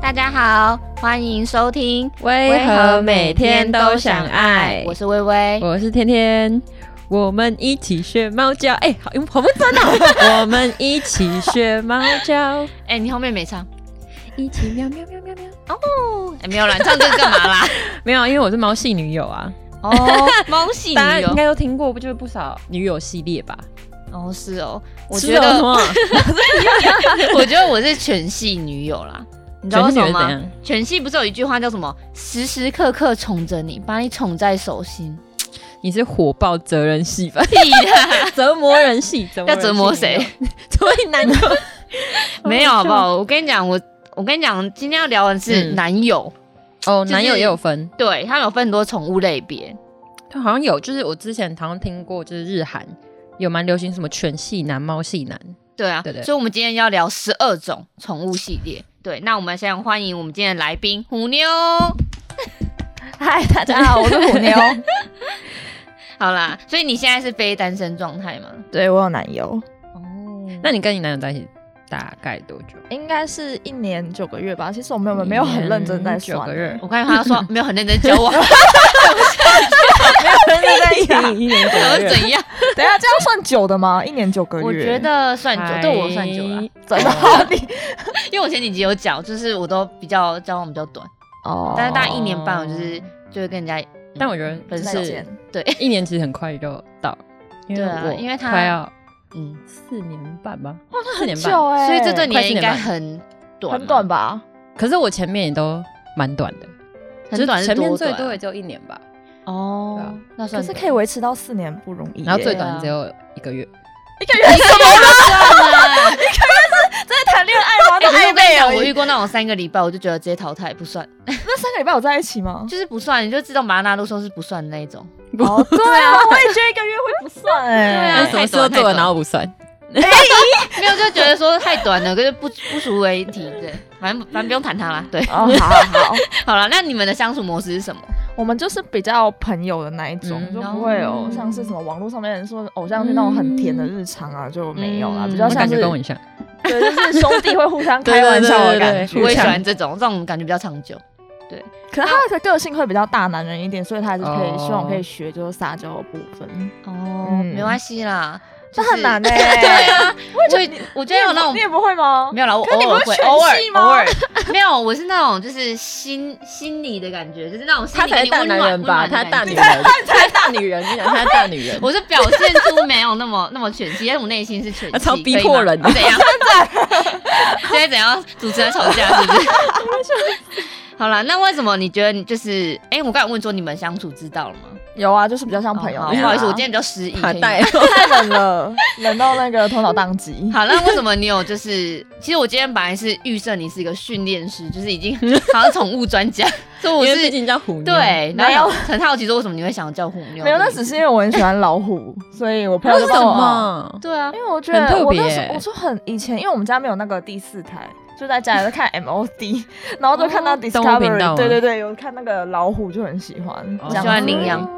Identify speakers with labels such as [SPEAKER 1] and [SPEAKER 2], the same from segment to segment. [SPEAKER 1] 大家好，欢迎收听《
[SPEAKER 2] 为何每天都想爱？
[SPEAKER 1] 我是微微。
[SPEAKER 2] 我是天天，我们一起学猫叫。哎、好，好不真哦！ 我们一起学猫叫，
[SPEAKER 1] 哎、你后面没唱
[SPEAKER 2] 一起喵喵喵喵喵。
[SPEAKER 1] 哦？哎、没有啦，你唱这个干嘛啦？
[SPEAKER 2] 没有，因为我是猫系女友啊，
[SPEAKER 1] 哦，猫系
[SPEAKER 2] 大家
[SPEAKER 1] 女
[SPEAKER 2] 应
[SPEAKER 1] 友。
[SPEAKER 2] 该都听过，不就是不少女友系列吧？
[SPEAKER 1] 哦，是哦，我
[SPEAKER 2] 是
[SPEAKER 1] 觉
[SPEAKER 2] 有什
[SPEAKER 1] 得，
[SPEAKER 2] 么
[SPEAKER 1] 我觉得我是犬系女友啦。 你知道为
[SPEAKER 2] 全
[SPEAKER 1] 什么
[SPEAKER 2] 是女友是怎
[SPEAKER 1] 吗？
[SPEAKER 2] 样？
[SPEAKER 1] 犬系不是有一句话叫什么？时时刻刻宠着你，把你宠在手心。
[SPEAKER 2] 你是火爆责任系 吧？
[SPEAKER 1] 屁啦，
[SPEAKER 2] 折磨人系，折磨
[SPEAKER 1] 要
[SPEAKER 2] 人系
[SPEAKER 1] 折磨谁？
[SPEAKER 2] 女友？ 所 以男友
[SPEAKER 1] 没有好不好？我跟你讲，我我跟你讲，今天要聊的是
[SPEAKER 2] 嗯
[SPEAKER 1] 男友。
[SPEAKER 2] 哦，
[SPEAKER 1] 就是
[SPEAKER 2] 男友也有分，
[SPEAKER 1] 对，他们有分很多宠物类别。
[SPEAKER 2] 好像有，就是我之前好像听过，就是日韩有蛮流行什么犬系男、猫系男。
[SPEAKER 1] 对啊，
[SPEAKER 2] 对对
[SPEAKER 1] 所以我们今天要聊十二种宠物系列。对，那我们先欢迎我们今天的来宾虎妞。
[SPEAKER 3] 嗨，大家啊 好，我是虎妞。
[SPEAKER 1] 好啦，所以你现在是非单身状态吗？
[SPEAKER 3] 对我有男友，
[SPEAKER 1] 哦，
[SPEAKER 2] 那你跟你男友在一起大概多久？
[SPEAKER 3] 应该是一年九个月吧。其实我们没有很认真在算，啊
[SPEAKER 2] 九个 月
[SPEAKER 1] 我看他说没有很认真交往，我
[SPEAKER 3] 没有认真在 算。
[SPEAKER 2] 一年
[SPEAKER 1] 想说怎样？
[SPEAKER 3] 等一啊下，这样算久的吗？一年九个月，
[SPEAKER 1] 我觉得算久，对我算久了，
[SPEAKER 2] 哎
[SPEAKER 3] 真的 好厉
[SPEAKER 1] 因为我前几集有讲，就是我都比较交往比较短，
[SPEAKER 3] 哦
[SPEAKER 1] 但是大概一年半，我就是就会跟人家。
[SPEAKER 2] 但我觉得
[SPEAKER 1] 分
[SPEAKER 3] 再
[SPEAKER 1] 是
[SPEAKER 3] 见，
[SPEAKER 2] 一年其实很快就到了，因为
[SPEAKER 1] 对啊
[SPEAKER 2] 我
[SPEAKER 1] 因为他
[SPEAKER 2] 快要
[SPEAKER 1] 嗯，
[SPEAKER 2] 四年半吧，四年半。
[SPEAKER 3] 久哎，
[SPEAKER 1] 所以这对你
[SPEAKER 2] 快
[SPEAKER 1] 也
[SPEAKER 2] 四
[SPEAKER 1] 应
[SPEAKER 2] 年
[SPEAKER 1] 该
[SPEAKER 2] 半
[SPEAKER 1] 很短，啊
[SPEAKER 3] 很短？吧？
[SPEAKER 2] 可是我前面也都蛮短的，
[SPEAKER 1] 很短
[SPEAKER 2] 就
[SPEAKER 1] 是
[SPEAKER 2] 是前面
[SPEAKER 1] 多
[SPEAKER 2] 最
[SPEAKER 1] 短啊
[SPEAKER 2] 多也就一年吧，对
[SPEAKER 1] 哦
[SPEAKER 2] 啊，
[SPEAKER 1] 那算
[SPEAKER 3] 可是
[SPEAKER 1] 短
[SPEAKER 3] 可以维持到四年不容易耶，
[SPEAKER 2] 然后最
[SPEAKER 1] 对啊
[SPEAKER 2] 短只有一个月。
[SPEAKER 3] 真的谈恋爱吗？
[SPEAKER 1] 哎、
[SPEAKER 3] 都
[SPEAKER 1] 可 是我跟你
[SPEAKER 3] 暧昧哦
[SPEAKER 1] 讲，
[SPEAKER 3] 而
[SPEAKER 1] 我
[SPEAKER 3] 已
[SPEAKER 1] 遇过那种三个礼拜，我就觉得直接淘汰不算，
[SPEAKER 3] 那三个礼拜有在一起吗？
[SPEAKER 1] 就是不算，你就自动把它纳入收是不算的那一种。
[SPEAKER 2] 不
[SPEAKER 3] 哦，对 啊，我也觉得一个月会不算
[SPEAKER 1] 对啊
[SPEAKER 2] 那
[SPEAKER 3] 哎。
[SPEAKER 2] 什么事都
[SPEAKER 1] 太
[SPEAKER 2] 做
[SPEAKER 1] 短
[SPEAKER 2] 了，然后不算。
[SPEAKER 1] 没有，就觉得说太短了，可是不不足为提。对，反正反正不用谈它啦。对，
[SPEAKER 3] 哦，好好好，
[SPEAKER 1] 好了，那你们的相处模式是什么？
[SPEAKER 3] 我们就是比较朋友的那一种，
[SPEAKER 2] 嗯
[SPEAKER 3] 就不会有像是什么网络上面人说偶像剧那种很甜的日常啊，就没有啦，
[SPEAKER 2] 嗯
[SPEAKER 3] 比较
[SPEAKER 2] 我
[SPEAKER 3] 像
[SPEAKER 2] 感
[SPEAKER 3] 是
[SPEAKER 2] 觉跟我很像。
[SPEAKER 3] 对，就是兄弟会互相开玩笑的感觉。
[SPEAKER 2] 对
[SPEAKER 1] 我也喜
[SPEAKER 2] 对对
[SPEAKER 1] 欢这种，这种感觉比较长久。
[SPEAKER 3] 可是他的个性会比较大男人一点，所以他还是可以
[SPEAKER 2] 哦
[SPEAKER 3] 希望我可以学就是撒娇的部分，
[SPEAKER 1] 哦，
[SPEAKER 3] 嗯
[SPEAKER 1] 没关系啦，
[SPEAKER 3] 这
[SPEAKER 1] 就是
[SPEAKER 3] 很 难
[SPEAKER 1] 对
[SPEAKER 3] 哎。
[SPEAKER 1] 啊，我也我觉得有那种
[SPEAKER 3] 你也不会吗？
[SPEAKER 1] 没有啦，我
[SPEAKER 3] 可是你
[SPEAKER 1] 偶尔
[SPEAKER 3] 不
[SPEAKER 1] 会
[SPEAKER 3] 是，全
[SPEAKER 1] 偶尔
[SPEAKER 3] 系吗
[SPEAKER 1] 偶尔 没有，我是那种就是心心里的感觉，就是那种心
[SPEAKER 2] 他
[SPEAKER 1] 里给
[SPEAKER 2] 才
[SPEAKER 1] 你
[SPEAKER 2] 大
[SPEAKER 1] 温
[SPEAKER 2] 男
[SPEAKER 1] 暖
[SPEAKER 2] 人吧，
[SPEAKER 1] 温暖的
[SPEAKER 2] 他大
[SPEAKER 1] 感觉
[SPEAKER 2] 女人，他大女人，你讲他大女人，
[SPEAKER 1] 我是表现出没有那么那么犬系，但是我内心是犬系，
[SPEAKER 2] 他啊超
[SPEAKER 1] 可以
[SPEAKER 2] 逼迫人
[SPEAKER 1] 吗
[SPEAKER 2] 的
[SPEAKER 1] 怎 样？ 现在怎样？主持人吵架是不 是？好啦，那为什么你觉得你就是？哎、我刚才问说你们相处知道了吗？
[SPEAKER 3] 有啊，就是比较像朋友
[SPEAKER 1] 哦
[SPEAKER 3] 那
[SPEAKER 1] 好
[SPEAKER 3] 样啊。
[SPEAKER 1] 不好意思，我今天比较失忆。
[SPEAKER 2] 他
[SPEAKER 1] 可以吗
[SPEAKER 2] 带。
[SPEAKER 3] 太冷了，冷到那个头脑宕机。
[SPEAKER 1] 好，那为什么你有就是？其实我今天本来是预设你是一个训练师，就是已 经好像宠物专家，所以我
[SPEAKER 2] 因为毕
[SPEAKER 1] 是
[SPEAKER 2] 竟叫虎妞，
[SPEAKER 1] 对，
[SPEAKER 3] 没
[SPEAKER 1] 然
[SPEAKER 3] 有
[SPEAKER 1] 后很好奇说为什么你会想要叫虎妞？
[SPEAKER 3] 没有，那只是因为我很喜欢老虎，所以我朋友
[SPEAKER 2] 为
[SPEAKER 3] 就
[SPEAKER 2] 什
[SPEAKER 3] 帮我
[SPEAKER 2] 么？
[SPEAKER 1] 对啊
[SPEAKER 3] 因，为我觉
[SPEAKER 2] 很
[SPEAKER 3] 得
[SPEAKER 2] 特
[SPEAKER 3] 我
[SPEAKER 2] 别
[SPEAKER 3] 那时
[SPEAKER 2] 欸
[SPEAKER 3] 候我就很以前，因为我们家没有那个第四台，就在家里在看 MOD，然后就看
[SPEAKER 2] 动
[SPEAKER 3] 到
[SPEAKER 2] 物频道
[SPEAKER 3] Discovery，
[SPEAKER 2] 吗
[SPEAKER 3] 对对对，有看那个老虎就很喜欢，
[SPEAKER 2] 哦
[SPEAKER 3] 这样
[SPEAKER 1] 喜欢
[SPEAKER 3] 子
[SPEAKER 1] 羚羊。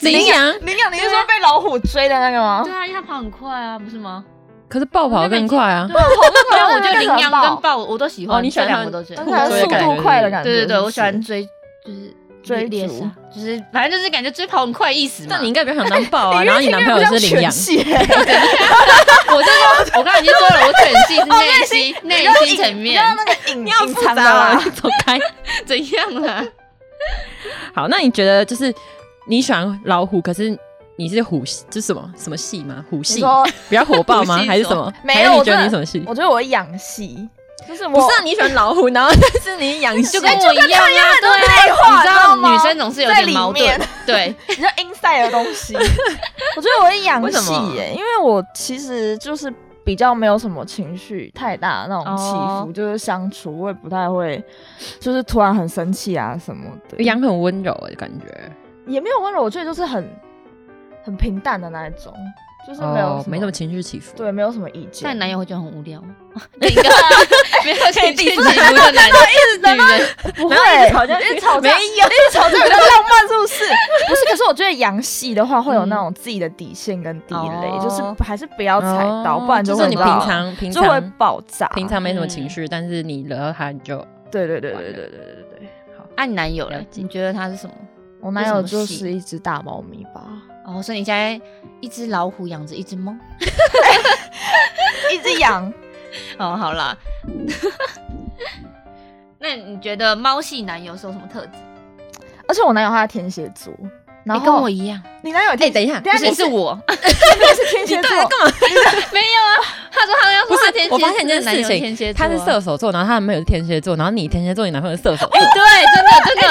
[SPEAKER 2] 羚羊，
[SPEAKER 3] 羚羊，你是说被老虎追的那个吗
[SPEAKER 1] 对？啊，因为它跑很快啊，不是吗？
[SPEAKER 2] 可是爆跑更快啊！
[SPEAKER 1] 对 啊， 对啊，我觉得羚
[SPEAKER 3] 那个
[SPEAKER 1] 羊
[SPEAKER 3] 很棒
[SPEAKER 1] 跟豹我都喜欢，
[SPEAKER 2] 哦你喜欢
[SPEAKER 1] 这两个我都觉
[SPEAKER 3] 但
[SPEAKER 1] 得
[SPEAKER 3] 是它
[SPEAKER 2] 追
[SPEAKER 3] 速
[SPEAKER 2] 的感觉
[SPEAKER 3] 度快的感觉。
[SPEAKER 1] 对对对，
[SPEAKER 3] 是不
[SPEAKER 1] 我喜欢
[SPEAKER 3] 是。
[SPEAKER 1] 追，就是
[SPEAKER 3] 追
[SPEAKER 1] 猎
[SPEAKER 3] 逐
[SPEAKER 1] 杀，就是反正就是感觉追跑很快意思嘛。
[SPEAKER 2] 但你应该比较想当豹啊，
[SPEAKER 3] 越
[SPEAKER 2] 然后你男朋友是羚羊，
[SPEAKER 3] 听越不 像犬系
[SPEAKER 1] 我就说，我刚才已经说了，我肯定是内心内心层
[SPEAKER 3] 你
[SPEAKER 1] 面
[SPEAKER 3] 要那个隐隐藏的
[SPEAKER 2] 了，
[SPEAKER 3] 啦。
[SPEAKER 2] 你走开。
[SPEAKER 1] 怎样啊？
[SPEAKER 2] 好，那你觉得就是你喜欢老虎，可是你是虎系，就是什么什么系吗？虎
[SPEAKER 3] 你
[SPEAKER 2] 系
[SPEAKER 3] 说
[SPEAKER 2] 比较火爆
[SPEAKER 1] 虎
[SPEAKER 2] 吗？
[SPEAKER 1] 系
[SPEAKER 2] 还是
[SPEAKER 1] 什
[SPEAKER 2] 什
[SPEAKER 1] 么
[SPEAKER 2] 么？
[SPEAKER 3] 没有
[SPEAKER 2] 还是你
[SPEAKER 3] 我
[SPEAKER 2] 觉
[SPEAKER 3] 真
[SPEAKER 2] 得
[SPEAKER 3] 的
[SPEAKER 2] 你什么系？
[SPEAKER 3] 我觉得我养系，就是
[SPEAKER 2] 不
[SPEAKER 3] 我
[SPEAKER 2] 是啊，你喜欢老虎，然后但是你养
[SPEAKER 1] 就
[SPEAKER 2] 就
[SPEAKER 1] 跟我一样啊，对
[SPEAKER 3] 很
[SPEAKER 1] 啊，
[SPEAKER 3] 内
[SPEAKER 1] 你知道
[SPEAKER 3] 化你知道吗
[SPEAKER 1] 女生总是有点矛
[SPEAKER 3] 在里
[SPEAKER 1] 盾
[SPEAKER 3] 面，
[SPEAKER 1] 对，
[SPEAKER 3] 比较 inside 的东 西。我觉得我会养
[SPEAKER 2] 为什
[SPEAKER 3] 气
[SPEAKER 2] 么
[SPEAKER 3] 耶，因为我其实就是比较没有什么情绪太大的那种起伏
[SPEAKER 1] 哦
[SPEAKER 3] 就是相处我也不太会，就是突然很生气啊什么的，
[SPEAKER 2] 羊很温柔的感觉，
[SPEAKER 3] 也没有温柔，我觉得就是很很平淡的那一种，就是没有、
[SPEAKER 2] 哦，没什么，情绪起伏。
[SPEAKER 3] 对，没有什么意见。
[SPEAKER 1] 但男友会觉得很无聊 吗。那个没有情绪起伏的男人，女人
[SPEAKER 3] 不会
[SPEAKER 2] 然后一直吵 架
[SPEAKER 3] 一直吵
[SPEAKER 2] 没
[SPEAKER 3] 架，
[SPEAKER 2] 有
[SPEAKER 3] 一直吵架比较浪漫，是 不是？不是，可是我觉得洋系的话会
[SPEAKER 2] 嗯
[SPEAKER 3] 有那种自己的底线跟地雷，
[SPEAKER 1] 哦
[SPEAKER 3] 就是还是不要踩到，
[SPEAKER 2] 哦
[SPEAKER 3] 不然
[SPEAKER 2] 就
[SPEAKER 3] 会
[SPEAKER 2] 是你
[SPEAKER 3] 知
[SPEAKER 2] 平
[SPEAKER 3] 道
[SPEAKER 2] 常平
[SPEAKER 3] 就会
[SPEAKER 2] 常
[SPEAKER 3] 爆炸。
[SPEAKER 2] 嗯
[SPEAKER 3] 哎
[SPEAKER 2] 平常没什么情绪，但是你惹到他你就
[SPEAKER 3] 对对对
[SPEAKER 2] 完了
[SPEAKER 3] 对对对对对对。好，
[SPEAKER 1] 啊，你男友
[SPEAKER 2] 了
[SPEAKER 1] 呢？
[SPEAKER 2] 解
[SPEAKER 1] 你觉得他是什么？
[SPEAKER 3] 我男友
[SPEAKER 1] 有什么
[SPEAKER 3] 就
[SPEAKER 1] 戏
[SPEAKER 3] 是一只大猫咪吧，
[SPEAKER 1] 哦，所以你现在一只老虎养着一只猫。
[SPEAKER 3] 一只羊。
[SPEAKER 1] 哦，好啦。 那你觉得猫系男友是有什么特质？
[SPEAKER 3] 而且我男友他是天蝎座，然
[SPEAKER 1] 你
[SPEAKER 3] 后
[SPEAKER 1] 跟我一样，
[SPEAKER 3] 你男友也
[SPEAKER 2] 哎，
[SPEAKER 3] 天
[SPEAKER 2] 等一下，
[SPEAKER 3] 等
[SPEAKER 1] 不
[SPEAKER 3] 一下
[SPEAKER 1] 是
[SPEAKER 3] 你
[SPEAKER 1] 是 我，
[SPEAKER 3] 你是 天蝎座，
[SPEAKER 1] 啊
[SPEAKER 2] 干嘛？
[SPEAKER 1] 没有啊。他说他要
[SPEAKER 2] 不
[SPEAKER 1] 说
[SPEAKER 2] 是
[SPEAKER 1] 他天蝎，
[SPEAKER 2] 我发现一件
[SPEAKER 1] 男
[SPEAKER 2] 事
[SPEAKER 1] 友
[SPEAKER 2] 情
[SPEAKER 1] 天蝎座
[SPEAKER 2] 他
[SPEAKER 1] 啊，
[SPEAKER 2] 是射手座，然后他的男友是天蝎座，然后你天蝎座，你男朋友是射手座
[SPEAKER 1] 哎，。对，真的真的，哎，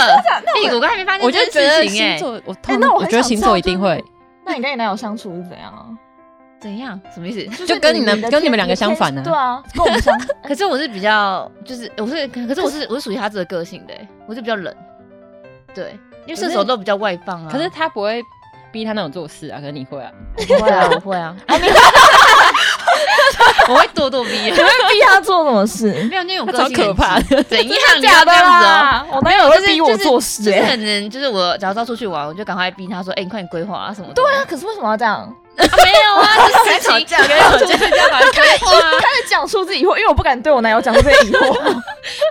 [SPEAKER 1] 我刚还没发现
[SPEAKER 2] 我就
[SPEAKER 1] 这
[SPEAKER 2] 觉
[SPEAKER 1] 件
[SPEAKER 2] 得
[SPEAKER 1] 事情
[SPEAKER 2] 星
[SPEAKER 1] 哎，
[SPEAKER 2] 座，我
[SPEAKER 3] 哎
[SPEAKER 2] 通
[SPEAKER 3] 那我
[SPEAKER 2] 我
[SPEAKER 3] 很
[SPEAKER 2] 觉得
[SPEAKER 3] 想
[SPEAKER 2] 星
[SPEAKER 3] 知道
[SPEAKER 2] 座一定会，
[SPEAKER 3] 那你跟你男友相处是怎样啊？
[SPEAKER 1] 怎样？什么意思？
[SPEAKER 3] 就
[SPEAKER 2] 就是跟你们
[SPEAKER 3] 的
[SPEAKER 2] 跟你
[SPEAKER 3] 天
[SPEAKER 2] 们两个相反啊
[SPEAKER 3] 对啊，跟我们相。
[SPEAKER 1] 可是我是比较，就是我是，可是我是我是属于他这个个性的欸，我是比较冷，对，因为射手都比较外放啊。
[SPEAKER 2] 可是他不会逼他那种做事啊，可是你会啊，
[SPEAKER 1] 我不会 啊，我不会啊， 我会咄咄逼人，
[SPEAKER 3] 逼他做什么事？
[SPEAKER 1] 没有 那种
[SPEAKER 2] 他超
[SPEAKER 1] 个性很
[SPEAKER 2] 可怕
[SPEAKER 1] 急
[SPEAKER 2] 的
[SPEAKER 1] 怎样？你
[SPEAKER 3] 假
[SPEAKER 1] 要
[SPEAKER 3] 的
[SPEAKER 1] 这样子哦。
[SPEAKER 3] 啦！我男友
[SPEAKER 1] 就是
[SPEAKER 3] 会逼我做事
[SPEAKER 1] 就是
[SPEAKER 3] 哎。
[SPEAKER 1] 可能就是我只要到处去玩，我就赶快逼他说：“哎、你快点规划啊什么的。”
[SPEAKER 3] 对啊，可是为什么要这样？
[SPEAKER 1] 啊，没有啊，这 事情
[SPEAKER 2] 架，跟吵架，
[SPEAKER 1] 要赶快规划啊。
[SPEAKER 3] 开始讲出自己疑惑，因为我不敢对我男友讲出这些疑 惑。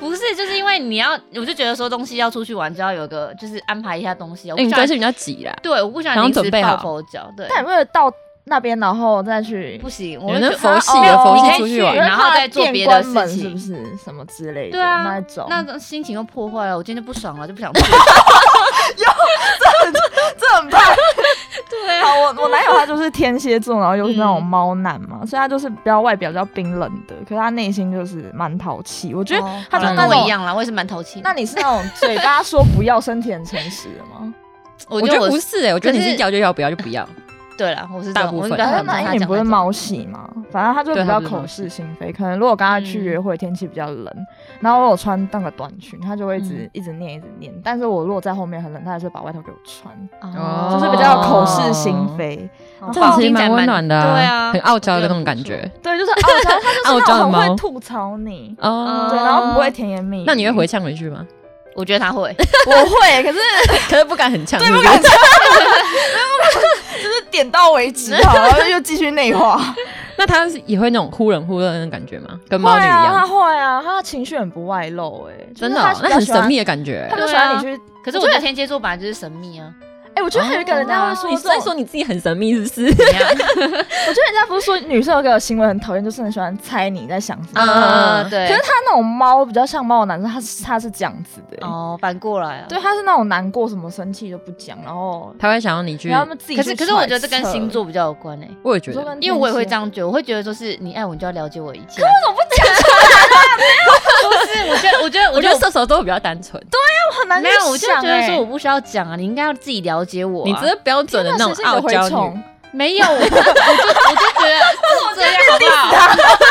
[SPEAKER 1] 不是，就是因为你要，我就觉得说东西要出去玩，就要有个就是安排一下东西。我
[SPEAKER 3] 哎
[SPEAKER 1] 不
[SPEAKER 2] 哎你
[SPEAKER 1] 喜
[SPEAKER 2] 个
[SPEAKER 1] 欢，
[SPEAKER 2] 性比较急啦。
[SPEAKER 1] 对，我不喜欢
[SPEAKER 2] 然后
[SPEAKER 1] 临时
[SPEAKER 2] 准备
[SPEAKER 1] 抱
[SPEAKER 2] 好
[SPEAKER 1] 佛脚，对，
[SPEAKER 3] 但有没有到那边然后再去
[SPEAKER 1] 不？行，我会
[SPEAKER 2] 你那
[SPEAKER 1] 觉得哦
[SPEAKER 2] 佛系
[SPEAKER 3] 没
[SPEAKER 2] 的
[SPEAKER 3] 有
[SPEAKER 2] 佛
[SPEAKER 1] 你
[SPEAKER 2] 系
[SPEAKER 1] 可以
[SPEAKER 2] 出去
[SPEAKER 1] 去
[SPEAKER 2] 玩，啊
[SPEAKER 1] 然后再做别的
[SPEAKER 3] 店关门
[SPEAKER 1] 事情
[SPEAKER 3] 是不是什么之类的？
[SPEAKER 1] 对啊
[SPEAKER 3] 那种
[SPEAKER 1] 那种心情又破坏了，我今天不爽了，就不想去。
[SPEAKER 3] 这很怕。
[SPEAKER 1] 对啊，嗯
[SPEAKER 3] 好，我我男友他就是天蝎座，然后又是那种猫男嘛，所以他就是比较外表比较冰冷的，可是他内心就是蛮淘气。我觉得
[SPEAKER 1] 哦
[SPEAKER 3] 他
[SPEAKER 1] 好啦
[SPEAKER 3] 就是那
[SPEAKER 1] 跟我
[SPEAKER 3] 种
[SPEAKER 1] 一样啦，我也是蛮淘气的。
[SPEAKER 3] 那你是那种嘴巴说不要，身体很诚实的吗？
[SPEAKER 1] 我
[SPEAKER 2] 我
[SPEAKER 1] 觉
[SPEAKER 2] 觉
[SPEAKER 1] 得
[SPEAKER 2] 得
[SPEAKER 1] 我
[SPEAKER 2] 不是哎，我觉得你
[SPEAKER 1] 可
[SPEAKER 2] 是
[SPEAKER 1] 是
[SPEAKER 2] 要就要，不要就不要。
[SPEAKER 1] 对了，我是
[SPEAKER 2] 大
[SPEAKER 1] 这种我
[SPEAKER 2] 部
[SPEAKER 1] 是
[SPEAKER 2] 分
[SPEAKER 1] 比较
[SPEAKER 2] 他
[SPEAKER 1] 很
[SPEAKER 3] 那
[SPEAKER 1] 怕
[SPEAKER 3] 那你
[SPEAKER 1] 讲
[SPEAKER 3] 不是
[SPEAKER 1] 那种
[SPEAKER 3] 猫系吗？反正他就
[SPEAKER 2] 对
[SPEAKER 3] 比较
[SPEAKER 2] 他不是
[SPEAKER 3] 口
[SPEAKER 2] 猫系
[SPEAKER 3] 是心非，可能如果跟他去
[SPEAKER 1] 嗯
[SPEAKER 3] 约会，天气比较冷，然后我有穿那个短裙，他就会一直、
[SPEAKER 1] 嗯
[SPEAKER 3] 一直念一直念。但是我如果在后面很冷，他还是会把外套给我穿，
[SPEAKER 1] 哦
[SPEAKER 3] 就是比较口是心非。
[SPEAKER 1] 好
[SPEAKER 2] 这种
[SPEAKER 1] 吧
[SPEAKER 2] 其实
[SPEAKER 1] 听起来
[SPEAKER 2] 蛮温暖的啊，
[SPEAKER 1] 对啊，
[SPEAKER 2] 很傲娇的
[SPEAKER 1] 我觉得
[SPEAKER 2] 那种
[SPEAKER 1] 很
[SPEAKER 2] 感
[SPEAKER 1] 不错
[SPEAKER 2] 觉。
[SPEAKER 3] 对，就是傲娇，他就是
[SPEAKER 2] 傲
[SPEAKER 3] 那
[SPEAKER 2] 娇的
[SPEAKER 3] 种很
[SPEAKER 2] 猫
[SPEAKER 3] 会吐槽你，
[SPEAKER 2] 哦，
[SPEAKER 3] 对，然后不会甜言蜜语。
[SPEAKER 2] 那你会回？呛回去吗？
[SPEAKER 1] 我觉得他会，
[SPEAKER 3] 我会，可是
[SPEAKER 2] 可是不 敢很呛，对，不敢
[SPEAKER 3] 就是点到为止，好，然后又继续内化。
[SPEAKER 2] 那他是也会那种忽冷忽热的那种感觉吗？跟
[SPEAKER 3] 会
[SPEAKER 2] 猫女一
[SPEAKER 3] 啊，他
[SPEAKER 2] 样，
[SPEAKER 3] 会啊，他的情绪很不外露，哎，就是
[SPEAKER 2] 真的
[SPEAKER 3] 他
[SPEAKER 2] 哦，
[SPEAKER 3] 比
[SPEAKER 2] 那
[SPEAKER 3] 较
[SPEAKER 2] 很
[SPEAKER 3] 喜欢
[SPEAKER 2] 神秘，的感觉
[SPEAKER 3] 他。
[SPEAKER 1] 对
[SPEAKER 3] 就喜欢
[SPEAKER 1] 啊
[SPEAKER 3] 你去。
[SPEAKER 1] 可是我觉得天蝎座本来就是神秘 啊，
[SPEAKER 3] 哎，我觉得还有一个人家会
[SPEAKER 2] 哦
[SPEAKER 3] 说
[SPEAKER 2] 你
[SPEAKER 3] 这种
[SPEAKER 2] 在说你自己很神秘是不是？
[SPEAKER 1] 怎样？
[SPEAKER 3] 我觉得人哎家不是说女生有个行为很讨厌，就是很喜欢猜你在想什么。
[SPEAKER 1] 啊，对。
[SPEAKER 3] 可是他那种猫比较像猫的男生，他是他是这样子的、欸
[SPEAKER 1] 哦，反过来啊。
[SPEAKER 3] 对，，他是那种难过什么生气都不讲，然后
[SPEAKER 2] 他会想要你去
[SPEAKER 3] 然，后他们自己
[SPEAKER 1] 可
[SPEAKER 3] 去
[SPEAKER 1] 是可是我觉得这
[SPEAKER 3] 揣测
[SPEAKER 1] 跟星，座比较有关诶、
[SPEAKER 2] 我也觉
[SPEAKER 3] 你
[SPEAKER 2] 得
[SPEAKER 3] 说，跟
[SPEAKER 1] 因为我也会这
[SPEAKER 3] 天蝎，
[SPEAKER 1] 样觉得，我会觉得说是你爱我，你就要了解我一切啊。可 为什么不讲出来？不是，我觉得，我觉
[SPEAKER 2] 我觉
[SPEAKER 1] 得，
[SPEAKER 2] 得
[SPEAKER 1] 我觉
[SPEAKER 2] 射手座比较单纯，
[SPEAKER 3] 我很难
[SPEAKER 1] 得没
[SPEAKER 3] 去
[SPEAKER 1] 有，我就觉
[SPEAKER 3] 想
[SPEAKER 1] 得
[SPEAKER 3] 欸
[SPEAKER 1] 说我不需要讲啊，你应该要自己了解我啊、
[SPEAKER 2] 你只是标准的那种傲娇女
[SPEAKER 3] 天哪谁是你的蛔虫。
[SPEAKER 1] 没有，我就我就我就 觉得是这样好不 好？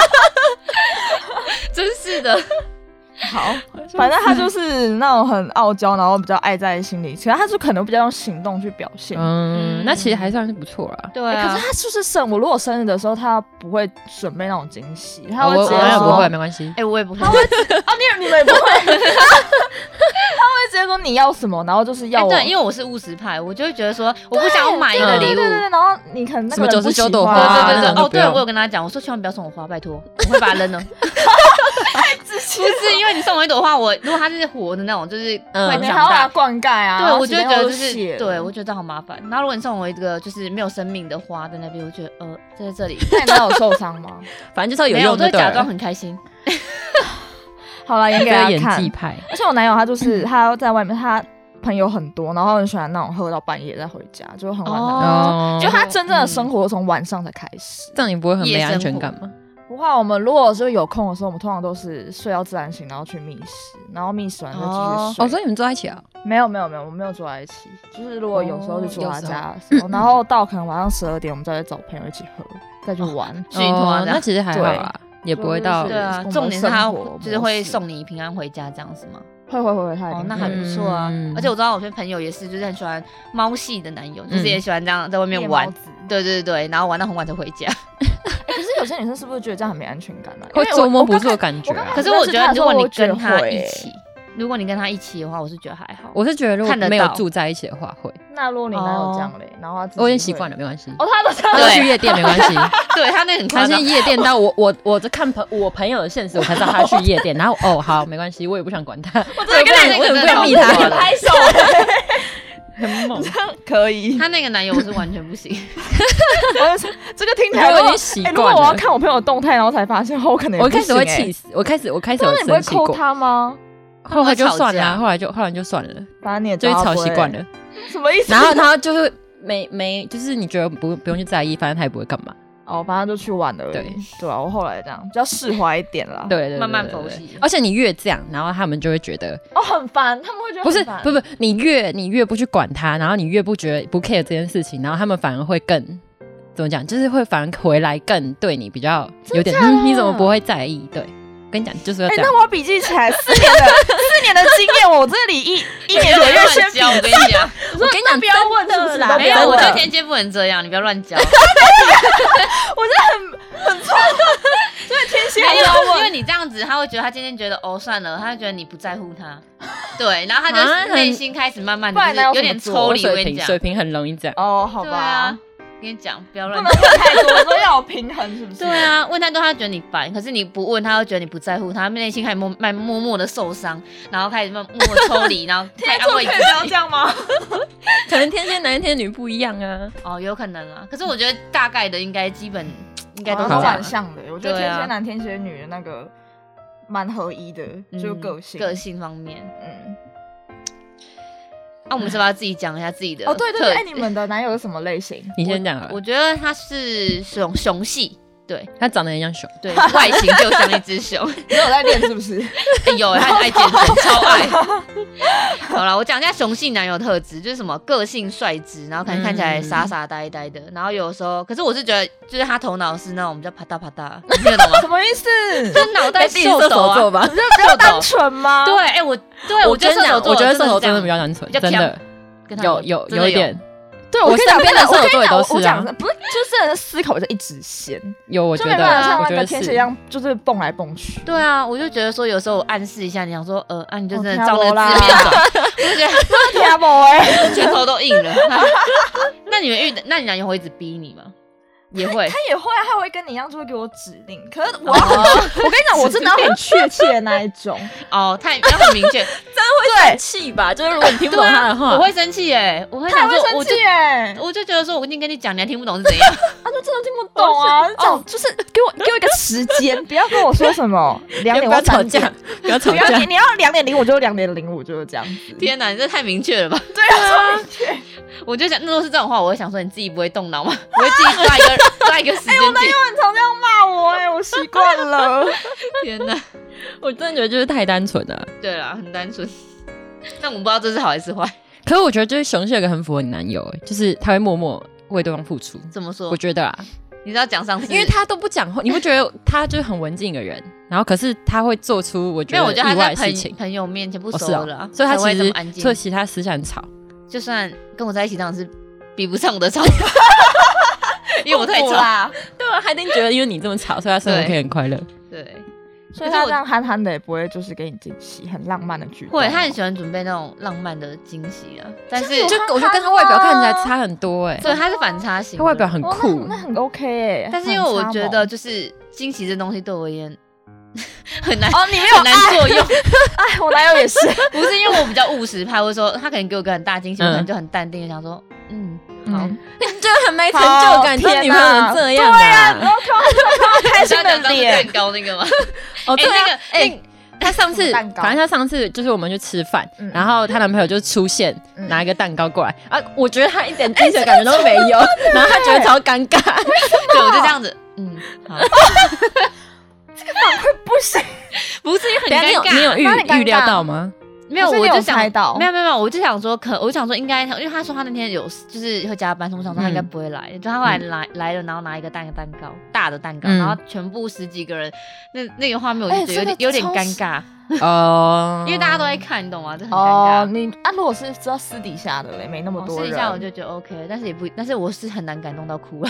[SPEAKER 1] 真是的，
[SPEAKER 3] 好，反正他就是那种很傲娇，然后比较爱在心里，其实他就可能比较用行动去表现。
[SPEAKER 2] 嗯，那其实还算是不错啦。
[SPEAKER 1] 对
[SPEAKER 3] 欸可
[SPEAKER 1] 啊
[SPEAKER 3] 是。他就是生，我如果生日的时候，他不会准备那种惊喜，他
[SPEAKER 2] 哦
[SPEAKER 3] 会
[SPEAKER 2] 我
[SPEAKER 3] 直
[SPEAKER 2] 我
[SPEAKER 3] 接
[SPEAKER 2] 男友
[SPEAKER 3] 说
[SPEAKER 2] 不会，没关系
[SPEAKER 1] 哎、。我也不会。
[SPEAKER 3] 啊，你你们也不会，他会直接说你要什么，然后就是要
[SPEAKER 1] 哎
[SPEAKER 3] 我。
[SPEAKER 1] 对，因为我是务实派，我就会觉得说，我不想要买一个
[SPEAKER 2] 对
[SPEAKER 1] 礼物，
[SPEAKER 3] 对对对，然后你可能那个人不喜
[SPEAKER 2] 什么99朵
[SPEAKER 3] 欢
[SPEAKER 2] 花
[SPEAKER 3] 啊
[SPEAKER 1] 对对
[SPEAKER 2] 那
[SPEAKER 1] 对
[SPEAKER 2] 种
[SPEAKER 1] 对，
[SPEAKER 2] 就
[SPEAKER 1] 哦，
[SPEAKER 2] 不
[SPEAKER 1] 对，
[SPEAKER 2] 用
[SPEAKER 1] 我有跟他讲，我说千万不要送我花，拜托，我会把它 扔了。不是因为你送我一朵花，我如果它是活的那种，就是
[SPEAKER 2] 嗯
[SPEAKER 1] 会
[SPEAKER 3] 你
[SPEAKER 1] 长
[SPEAKER 3] 还要把它
[SPEAKER 1] 大。
[SPEAKER 3] 灌溉啊，
[SPEAKER 1] 对，我就会觉得就
[SPEAKER 3] 然后几天
[SPEAKER 1] 是，
[SPEAKER 3] 后
[SPEAKER 1] 对
[SPEAKER 3] 就
[SPEAKER 1] 我觉得这好麻烦。然后如果你送我一个就是没有生命的花在那边，我觉得呃，在这里
[SPEAKER 3] 那你哪有受伤吗？
[SPEAKER 2] 反正就是要
[SPEAKER 1] 没有，
[SPEAKER 2] 有
[SPEAKER 1] 我
[SPEAKER 2] 用
[SPEAKER 1] 都会
[SPEAKER 2] 就对
[SPEAKER 1] 假装
[SPEAKER 2] 了。
[SPEAKER 1] 很开心。
[SPEAKER 3] 好了，演给
[SPEAKER 2] 这
[SPEAKER 3] 他
[SPEAKER 2] 是演技
[SPEAKER 3] 看。
[SPEAKER 2] 派，
[SPEAKER 3] 而且我男友 他就是他在外面，他朋友很多，然后很喜欢那种喝到半夜再回家，就很晚的。
[SPEAKER 1] 哦
[SPEAKER 2] 哦，
[SPEAKER 3] 就他真正的生活从晚上才开始。
[SPEAKER 2] 这样你不会很
[SPEAKER 1] 夜
[SPEAKER 2] 没
[SPEAKER 1] 生
[SPEAKER 2] 安全
[SPEAKER 1] 活
[SPEAKER 2] 感吗？
[SPEAKER 3] 不过我们如果是有空的时候，我们通常都是睡到自然醒，然后去觅食，然后觅食完再继续睡。
[SPEAKER 2] 哦，所以你们住在一起啊？
[SPEAKER 3] 没有没有没有，我们没有住在一起，就是如果有时候就住
[SPEAKER 2] 哦
[SPEAKER 3] 他家的时候，然后到可能晚上十二点，我们再去找朋友一起喝，再去玩。
[SPEAKER 1] 续托啊
[SPEAKER 2] 哦
[SPEAKER 1] 这样
[SPEAKER 2] 那其实还好啦，也不会到
[SPEAKER 1] 对啊
[SPEAKER 3] 我，们
[SPEAKER 1] 重点是他
[SPEAKER 3] 生活
[SPEAKER 1] 就是会
[SPEAKER 3] 模式
[SPEAKER 1] 送你平安回家这样是吗？
[SPEAKER 3] 会会会会，他一
[SPEAKER 1] 哦
[SPEAKER 3] 定会，
[SPEAKER 1] 那还不错啊。
[SPEAKER 2] 嗯
[SPEAKER 1] 而且我知道我有些朋友也是，就是很喜欢猫系的男友，就是
[SPEAKER 2] 嗯
[SPEAKER 1] 也喜欢这样在外面玩
[SPEAKER 3] 夜猫。子
[SPEAKER 1] 对对对，然后玩到很晚才回家。
[SPEAKER 3] 欸可是有些女生是不是觉得这样很没安全感呢、啊？
[SPEAKER 2] 会捉摸不住的
[SPEAKER 3] 感
[SPEAKER 2] 感觉
[SPEAKER 3] 我刚
[SPEAKER 2] 啊
[SPEAKER 3] 刚
[SPEAKER 1] 可。是我觉得，如果你跟
[SPEAKER 3] 我觉得
[SPEAKER 1] 他
[SPEAKER 3] 会
[SPEAKER 1] 一起，如果你跟他一起的话，我是觉得还好。
[SPEAKER 2] 我是觉得如果
[SPEAKER 1] 看得到
[SPEAKER 2] 没有住在一起的话会，
[SPEAKER 3] 那如果你男友这样嘞，然后他自己
[SPEAKER 2] 我已经习惯
[SPEAKER 3] 会
[SPEAKER 2] 了，没关系。
[SPEAKER 3] 哦，他都这样
[SPEAKER 2] 他
[SPEAKER 1] 对
[SPEAKER 2] 都去夜店没关 系，
[SPEAKER 1] 对他那个很
[SPEAKER 2] 他
[SPEAKER 1] 夸
[SPEAKER 2] 是
[SPEAKER 1] 张，
[SPEAKER 2] 夜店到我我我在看朋我朋友的现实，我才知道他去夜 店，然后哦好没关系，我也不想管他，我
[SPEAKER 1] 真的跟
[SPEAKER 2] 也
[SPEAKER 1] 你
[SPEAKER 2] 不想我也不
[SPEAKER 1] 那
[SPEAKER 2] 想
[SPEAKER 1] 个
[SPEAKER 2] 密
[SPEAKER 1] 真的
[SPEAKER 2] 他
[SPEAKER 1] 好，过
[SPEAKER 3] 拍手，
[SPEAKER 2] 很猛，
[SPEAKER 3] 可以。
[SPEAKER 1] 他那个男友我是完全不行。
[SPEAKER 3] 我就这个听起
[SPEAKER 2] 我
[SPEAKER 3] 来
[SPEAKER 2] 觉得
[SPEAKER 3] 如
[SPEAKER 2] 我已
[SPEAKER 3] 果
[SPEAKER 2] 经习
[SPEAKER 3] 哎
[SPEAKER 2] 惯
[SPEAKER 3] 如果我要
[SPEAKER 2] 了。
[SPEAKER 3] 看我朋友的动态，然后才发现，我可能也
[SPEAKER 2] 我一
[SPEAKER 3] 不
[SPEAKER 2] 开始会
[SPEAKER 3] 行欸
[SPEAKER 2] 气。死，我开始我开始有
[SPEAKER 3] 那你不会
[SPEAKER 2] 生气
[SPEAKER 3] 扣
[SPEAKER 2] 过，
[SPEAKER 3] 他吗？
[SPEAKER 2] 后来就算了
[SPEAKER 1] 他们会吵
[SPEAKER 2] 啊，
[SPEAKER 1] 架
[SPEAKER 2] 后来就后来就算了，
[SPEAKER 3] 反正你也知
[SPEAKER 2] 就
[SPEAKER 3] 道
[SPEAKER 2] 是
[SPEAKER 3] 他
[SPEAKER 2] 吵
[SPEAKER 3] 不
[SPEAKER 2] 习
[SPEAKER 3] 会
[SPEAKER 2] 惯，了。
[SPEAKER 3] 什么意思？
[SPEAKER 2] 然后他就是没没，就是你觉得不不用去在意，反正他也不会干嘛。
[SPEAKER 3] 哦，反正就去玩了而已。
[SPEAKER 2] 对
[SPEAKER 3] 对啊，我后来这样比较释怀一点啦。
[SPEAKER 2] 对对对对
[SPEAKER 1] 慢慢
[SPEAKER 2] 对
[SPEAKER 1] 剖
[SPEAKER 2] 对
[SPEAKER 1] 析
[SPEAKER 2] 而且你越这样，然后他们就会觉得
[SPEAKER 3] 哦，很烦，他们会觉 得
[SPEAKER 2] 不是
[SPEAKER 3] 很烦
[SPEAKER 2] 不不，你越你越不去管他，然后你越不觉得不 care 这件事情，然后他们反而会更怎么讲，就是会反而回来更对你比较有点，嗯你怎么不会在意？对，跟你讲就是要
[SPEAKER 3] 哎、
[SPEAKER 2] 这样
[SPEAKER 3] 那。我要笔记起来，四 年的四年的经验，我这里一一年左右 先
[SPEAKER 1] 教，我跟你讲，
[SPEAKER 2] 我跟你讲，
[SPEAKER 3] 不要问是不是
[SPEAKER 2] 真的啦
[SPEAKER 3] 都不
[SPEAKER 1] 没
[SPEAKER 3] 要
[SPEAKER 1] 有，我
[SPEAKER 3] 问
[SPEAKER 1] 觉得天蝎不能这样，你不要 乱教。
[SPEAKER 3] 天蝎
[SPEAKER 1] 没
[SPEAKER 3] 要
[SPEAKER 1] 有，因
[SPEAKER 3] 问，
[SPEAKER 1] 为你这样子，他会觉得他今天觉得哦算了，他会觉得你不在乎 他，对，然后他
[SPEAKER 2] 啊
[SPEAKER 1] 就
[SPEAKER 2] 很
[SPEAKER 1] 内心开始慢慢
[SPEAKER 3] 不然
[SPEAKER 1] 的
[SPEAKER 3] 哪有
[SPEAKER 1] 有点抽离。我
[SPEAKER 2] 水
[SPEAKER 1] 跟你
[SPEAKER 2] 平
[SPEAKER 1] 讲，
[SPEAKER 2] 水平很容易这样。
[SPEAKER 3] 哦，好
[SPEAKER 1] 对
[SPEAKER 3] 吧
[SPEAKER 1] 啊，，跟你讲不要
[SPEAKER 3] 不
[SPEAKER 1] 乱
[SPEAKER 3] 能。 问太多，说要有平衡，是不是？
[SPEAKER 1] 对，啊，问太多他觉得你烦，可是你不问他会觉得你不在乎他，内心开始默慢默默的受伤，然后开始慢默默抽 离，然后开
[SPEAKER 3] 天
[SPEAKER 1] 始
[SPEAKER 3] 蝎
[SPEAKER 1] 安
[SPEAKER 3] 座可
[SPEAKER 1] 慰
[SPEAKER 3] 以
[SPEAKER 1] 自
[SPEAKER 3] 不要这
[SPEAKER 1] 己。
[SPEAKER 3] 样吗？
[SPEAKER 2] 可能天蝎男天女不一样啊。
[SPEAKER 1] 哦，有可能啊，可是我觉得大概的应该基本应该都
[SPEAKER 3] 好
[SPEAKER 1] 是
[SPEAKER 2] 好
[SPEAKER 1] 这样
[SPEAKER 3] 反
[SPEAKER 1] 啊
[SPEAKER 3] 向的，我觉得
[SPEAKER 1] 对啊
[SPEAKER 3] 天蝎男、天蝎女的那个蛮合一的，就
[SPEAKER 1] 嗯
[SPEAKER 3] 个性，
[SPEAKER 1] 个，性方面。啊
[SPEAKER 3] 嗯，
[SPEAKER 1] 那、我们是不是要自己讲一下自己的？
[SPEAKER 3] 哦，对对对，哎，你们的男友是什么类 型？
[SPEAKER 2] 你先讲好啊
[SPEAKER 1] 我
[SPEAKER 2] 了，
[SPEAKER 1] 觉得他是熊熊系，对
[SPEAKER 2] 他长得很像熊，
[SPEAKER 1] 对，外形就像一只熊。
[SPEAKER 3] 你有在练是不是？
[SPEAKER 1] 哎有、欸，他很爱健身，超爱。好了，我讲一下雄性男友特质，就是什么个性率直，然后可能看起来傻傻呆呆的，然后有时候，可是我是觉得，就是他头脑是那种比较啪嗒啪嗒，你听得懂吗？
[SPEAKER 3] 什么意思？
[SPEAKER 1] 就脑袋
[SPEAKER 2] 地
[SPEAKER 1] 秀
[SPEAKER 2] 哎射
[SPEAKER 1] 抖
[SPEAKER 2] 手座
[SPEAKER 1] 啊，
[SPEAKER 2] 吧。
[SPEAKER 3] 你这比较单纯吗？
[SPEAKER 1] 对，，哎、我对我觉得
[SPEAKER 2] 跟
[SPEAKER 1] 射
[SPEAKER 2] 你讲
[SPEAKER 1] 手座，
[SPEAKER 2] 我觉得射
[SPEAKER 1] 的是这
[SPEAKER 2] 手真的
[SPEAKER 1] 样
[SPEAKER 2] 比较单纯，
[SPEAKER 1] 比较
[SPEAKER 2] 真的
[SPEAKER 1] 跟他
[SPEAKER 2] 有有
[SPEAKER 1] 真的
[SPEAKER 2] 有一点
[SPEAKER 3] 对
[SPEAKER 2] 我
[SPEAKER 3] 我跟你讲，
[SPEAKER 2] 身边的
[SPEAKER 3] 我跟
[SPEAKER 2] 射手
[SPEAKER 3] 你
[SPEAKER 2] 座也都
[SPEAKER 3] 讲，我
[SPEAKER 2] 是啊
[SPEAKER 3] 我讲的不是，就是真的思考就一直线，
[SPEAKER 2] 有，我觉
[SPEAKER 3] 就
[SPEAKER 2] 得
[SPEAKER 3] 没办法像
[SPEAKER 2] 我
[SPEAKER 3] 那
[SPEAKER 2] 觉得
[SPEAKER 3] 个
[SPEAKER 2] 是
[SPEAKER 3] 天蝎一样，就是蹦来蹦去。
[SPEAKER 1] 对啊，我就觉得说，有时候我暗示一下，你想说，呃，啊，你就
[SPEAKER 3] 哦
[SPEAKER 1] 真的
[SPEAKER 3] 听
[SPEAKER 1] 照那
[SPEAKER 3] 我啦
[SPEAKER 1] 个字面 走，我就觉得
[SPEAKER 3] 天宝哎，
[SPEAKER 1] 拳头都硬了。 那你们遇的，那你男友会一直逼你吗？也会
[SPEAKER 3] 他也会啊，他会跟你一样，就会给我指令。可是我要很， 我跟你哦讲，我真的要很确切的那一种。
[SPEAKER 1] 哦，太要很明 确，
[SPEAKER 3] 对，
[SPEAKER 2] 气吧？就是如果你听不懂
[SPEAKER 1] 对啊
[SPEAKER 2] 他的话，
[SPEAKER 1] 我会生气耶，我会
[SPEAKER 3] 他
[SPEAKER 1] 想
[SPEAKER 3] 会
[SPEAKER 1] 说，
[SPEAKER 3] 生
[SPEAKER 1] 我就
[SPEAKER 3] 气哎，
[SPEAKER 1] 我就觉得说，我已经跟你讲，你还听不懂是怎 样？
[SPEAKER 3] 他就真的听不懂啊。这种就是给我给我一个时间，不要跟我说什么两
[SPEAKER 2] 要
[SPEAKER 3] 点
[SPEAKER 2] 不要
[SPEAKER 3] 或
[SPEAKER 2] 吵
[SPEAKER 3] 三
[SPEAKER 2] 架
[SPEAKER 3] 点。，
[SPEAKER 2] 不要吵
[SPEAKER 3] 不要
[SPEAKER 2] 架
[SPEAKER 3] 你。你要两点零五就两点零五就是这样子。
[SPEAKER 1] 天哪，你这太明确了吧？
[SPEAKER 3] 对 啊，超明确
[SPEAKER 1] 我就想，那如果是这种话，我会想说，你自己不会动脑吗？我会自己抓一 个抓一个时间
[SPEAKER 3] 哎
[SPEAKER 1] 点。
[SPEAKER 3] 他很常这样骂我哎，我习惯了。
[SPEAKER 1] 天哪，
[SPEAKER 2] 我真的觉得就是太单纯了。
[SPEAKER 1] 对啦，很单纯。那我们不知道这是好还是坏，
[SPEAKER 2] 可是我觉得就是熊蟹有个很符合你男友，欸就是他会默默为对方付出。
[SPEAKER 1] 怎么说
[SPEAKER 2] 我？觉得啊，
[SPEAKER 1] 你知道讲上次，
[SPEAKER 2] 因为他都不讲话，你不觉得他就是很文静的人？然后可是他会做出我觉
[SPEAKER 1] 没有，我觉得他
[SPEAKER 2] 得意外
[SPEAKER 1] 在
[SPEAKER 2] 的事情
[SPEAKER 1] 朋。朋友面前不
[SPEAKER 2] 哦
[SPEAKER 1] 熟
[SPEAKER 2] 是
[SPEAKER 1] 的啦
[SPEAKER 2] 啊，，所以他
[SPEAKER 1] 才会
[SPEAKER 2] 其
[SPEAKER 1] 这么
[SPEAKER 2] 实
[SPEAKER 1] 安静
[SPEAKER 2] 所以。其他私下很吵，
[SPEAKER 1] 就算跟我在一起，当然是比不上我的吵， 因为我太
[SPEAKER 3] 痛苦
[SPEAKER 1] 吵。
[SPEAKER 3] 啦，
[SPEAKER 2] 对啊，他一定觉得因为你这么吵，所以他生活可以很快乐。
[SPEAKER 1] 对，
[SPEAKER 3] 所以他这样憨憨的也不会就是给你惊喜，很浪漫的举动。
[SPEAKER 1] 会，他很喜欢准备那种浪漫的惊喜啊，但是
[SPEAKER 2] 就
[SPEAKER 3] 憨
[SPEAKER 2] 我觉得跟他
[SPEAKER 3] 憨
[SPEAKER 2] 外表看起来
[SPEAKER 3] 啊
[SPEAKER 2] 差很多哎，
[SPEAKER 1] 对他是反差型的，
[SPEAKER 2] 他外表很
[SPEAKER 3] 哦
[SPEAKER 2] 酷
[SPEAKER 3] 那，那很 OK 哎、
[SPEAKER 1] 但是因为我觉得就是惊喜这东西对我而言 很难。
[SPEAKER 3] 哦，你没
[SPEAKER 1] 很难作用，
[SPEAKER 3] 爱，我男友也是，
[SPEAKER 1] 不是因为我比较务实派，或者说他可能给我个很大惊喜，我可能
[SPEAKER 2] 嗯
[SPEAKER 1] 就很淡定的想说，嗯，好，
[SPEAKER 3] 嗯，
[SPEAKER 2] 就很没
[SPEAKER 3] 成
[SPEAKER 2] 成
[SPEAKER 3] 就
[SPEAKER 2] 就
[SPEAKER 3] 感
[SPEAKER 2] 感。
[SPEAKER 3] 天
[SPEAKER 2] 他
[SPEAKER 3] 女
[SPEAKER 2] 女
[SPEAKER 3] 朋
[SPEAKER 2] 朋
[SPEAKER 3] 友
[SPEAKER 2] 友
[SPEAKER 3] 能这
[SPEAKER 2] 这样啊？
[SPEAKER 3] 开心的
[SPEAKER 1] 你知道讲
[SPEAKER 3] 脸
[SPEAKER 1] 上次蛋糕那个吗？
[SPEAKER 2] 哦，
[SPEAKER 1] 哎
[SPEAKER 2] 对啊
[SPEAKER 1] 那个，
[SPEAKER 2] 哎，他上
[SPEAKER 3] 什么
[SPEAKER 2] 次，
[SPEAKER 3] 蛋糕
[SPEAKER 2] 反正他上次就是我们去吃饭
[SPEAKER 3] 嗯，
[SPEAKER 2] 然后她男朋友就出现
[SPEAKER 3] 嗯
[SPEAKER 2] 拿一个蛋糕过来啊，我觉得他一点惊喜的感觉都没有，然后他觉得超尴尬。
[SPEAKER 1] 对，我就这样子，嗯，好，
[SPEAKER 3] 不行，
[SPEAKER 1] 不是因为很
[SPEAKER 2] 等一下你
[SPEAKER 1] 尴尬，
[SPEAKER 2] 有
[SPEAKER 1] 啊
[SPEAKER 2] 你有
[SPEAKER 3] 哪里尴尬
[SPEAKER 2] 预预料到吗？
[SPEAKER 1] 没有，
[SPEAKER 3] 可是
[SPEAKER 1] 我
[SPEAKER 3] 你有
[SPEAKER 1] 就想
[SPEAKER 3] 猜到
[SPEAKER 1] 没有没有没有，我就想说可，我就想说应该，因为他说他那天有就是会加班，所以我想说他应该不会来，就他后来来、来了，然后拿一个蛋蛋糕，大的蛋糕，
[SPEAKER 2] 嗯
[SPEAKER 1] 然后全部十几个人，那那个画面我
[SPEAKER 3] 哎
[SPEAKER 1] 就觉得有点、
[SPEAKER 3] 真的
[SPEAKER 1] 有点
[SPEAKER 3] 超
[SPEAKER 1] 尴尬，
[SPEAKER 2] 哦，
[SPEAKER 1] 因为大家都在看，你懂吗？这很尴
[SPEAKER 3] 哦，
[SPEAKER 1] 尬。哦
[SPEAKER 3] 你啊，如果是知道私底下的嘞，没那么
[SPEAKER 1] 我
[SPEAKER 3] 多
[SPEAKER 1] 试
[SPEAKER 3] 人，
[SPEAKER 1] 一下我就觉得 OK，但是也不，但是我是很难感动到哭了。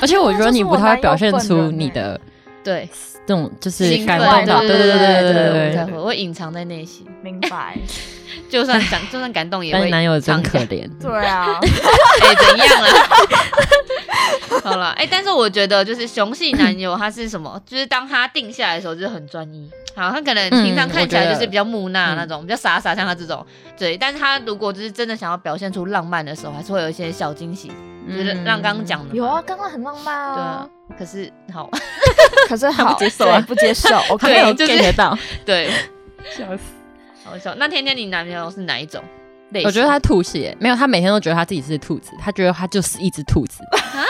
[SPEAKER 2] 而且我觉得你不太会表现出你的
[SPEAKER 1] 对，
[SPEAKER 2] 这种就是
[SPEAKER 1] 兴
[SPEAKER 2] 感
[SPEAKER 1] 奋
[SPEAKER 2] 动到，
[SPEAKER 1] 对
[SPEAKER 2] 对
[SPEAKER 1] 对
[SPEAKER 2] 对
[SPEAKER 1] 对我
[SPEAKER 2] 对
[SPEAKER 1] 们才
[SPEAKER 2] 对。
[SPEAKER 1] 会，我会隐藏在内心，
[SPEAKER 3] 明 白。
[SPEAKER 1] 就算 想，就算感动也
[SPEAKER 2] 但
[SPEAKER 1] 会。
[SPEAKER 2] 是男友真
[SPEAKER 1] 藏
[SPEAKER 2] 可
[SPEAKER 1] 起来
[SPEAKER 2] 怜，
[SPEAKER 3] 对啊，
[SPEAKER 1] 哎、怎样啦？ 好了，哎、但是我觉得就是雄性男友他是什 么？就是当他定下来的时候，就是很专一。好，他可能平常
[SPEAKER 2] 嗯
[SPEAKER 1] 看起来
[SPEAKER 2] 我觉得
[SPEAKER 1] 就是比较木讷
[SPEAKER 2] 嗯
[SPEAKER 1] 那种，比较傻傻，像他这种。对，但是他如果就是真的想要表现出浪漫的时候，还是会有一些小惊喜，
[SPEAKER 2] 嗯
[SPEAKER 1] 就是让刚刚讲的。
[SPEAKER 3] 有啊，，刚刚很浪漫
[SPEAKER 1] 对
[SPEAKER 3] 啊
[SPEAKER 1] 啊。。可是好，
[SPEAKER 3] 可是好，
[SPEAKER 2] 不接受啊
[SPEAKER 3] 对不 接受，我
[SPEAKER 2] 他
[SPEAKER 3] 看
[SPEAKER 2] 没有
[SPEAKER 1] 就是
[SPEAKER 2] get 得到，
[SPEAKER 1] 对，
[SPEAKER 2] 笑死！
[SPEAKER 1] 好笑。那天天你男朋友是哪一种类型？
[SPEAKER 2] 我觉得他吐血，没有，他每天都觉得他自己是兔子，他觉得他就是一只兔子，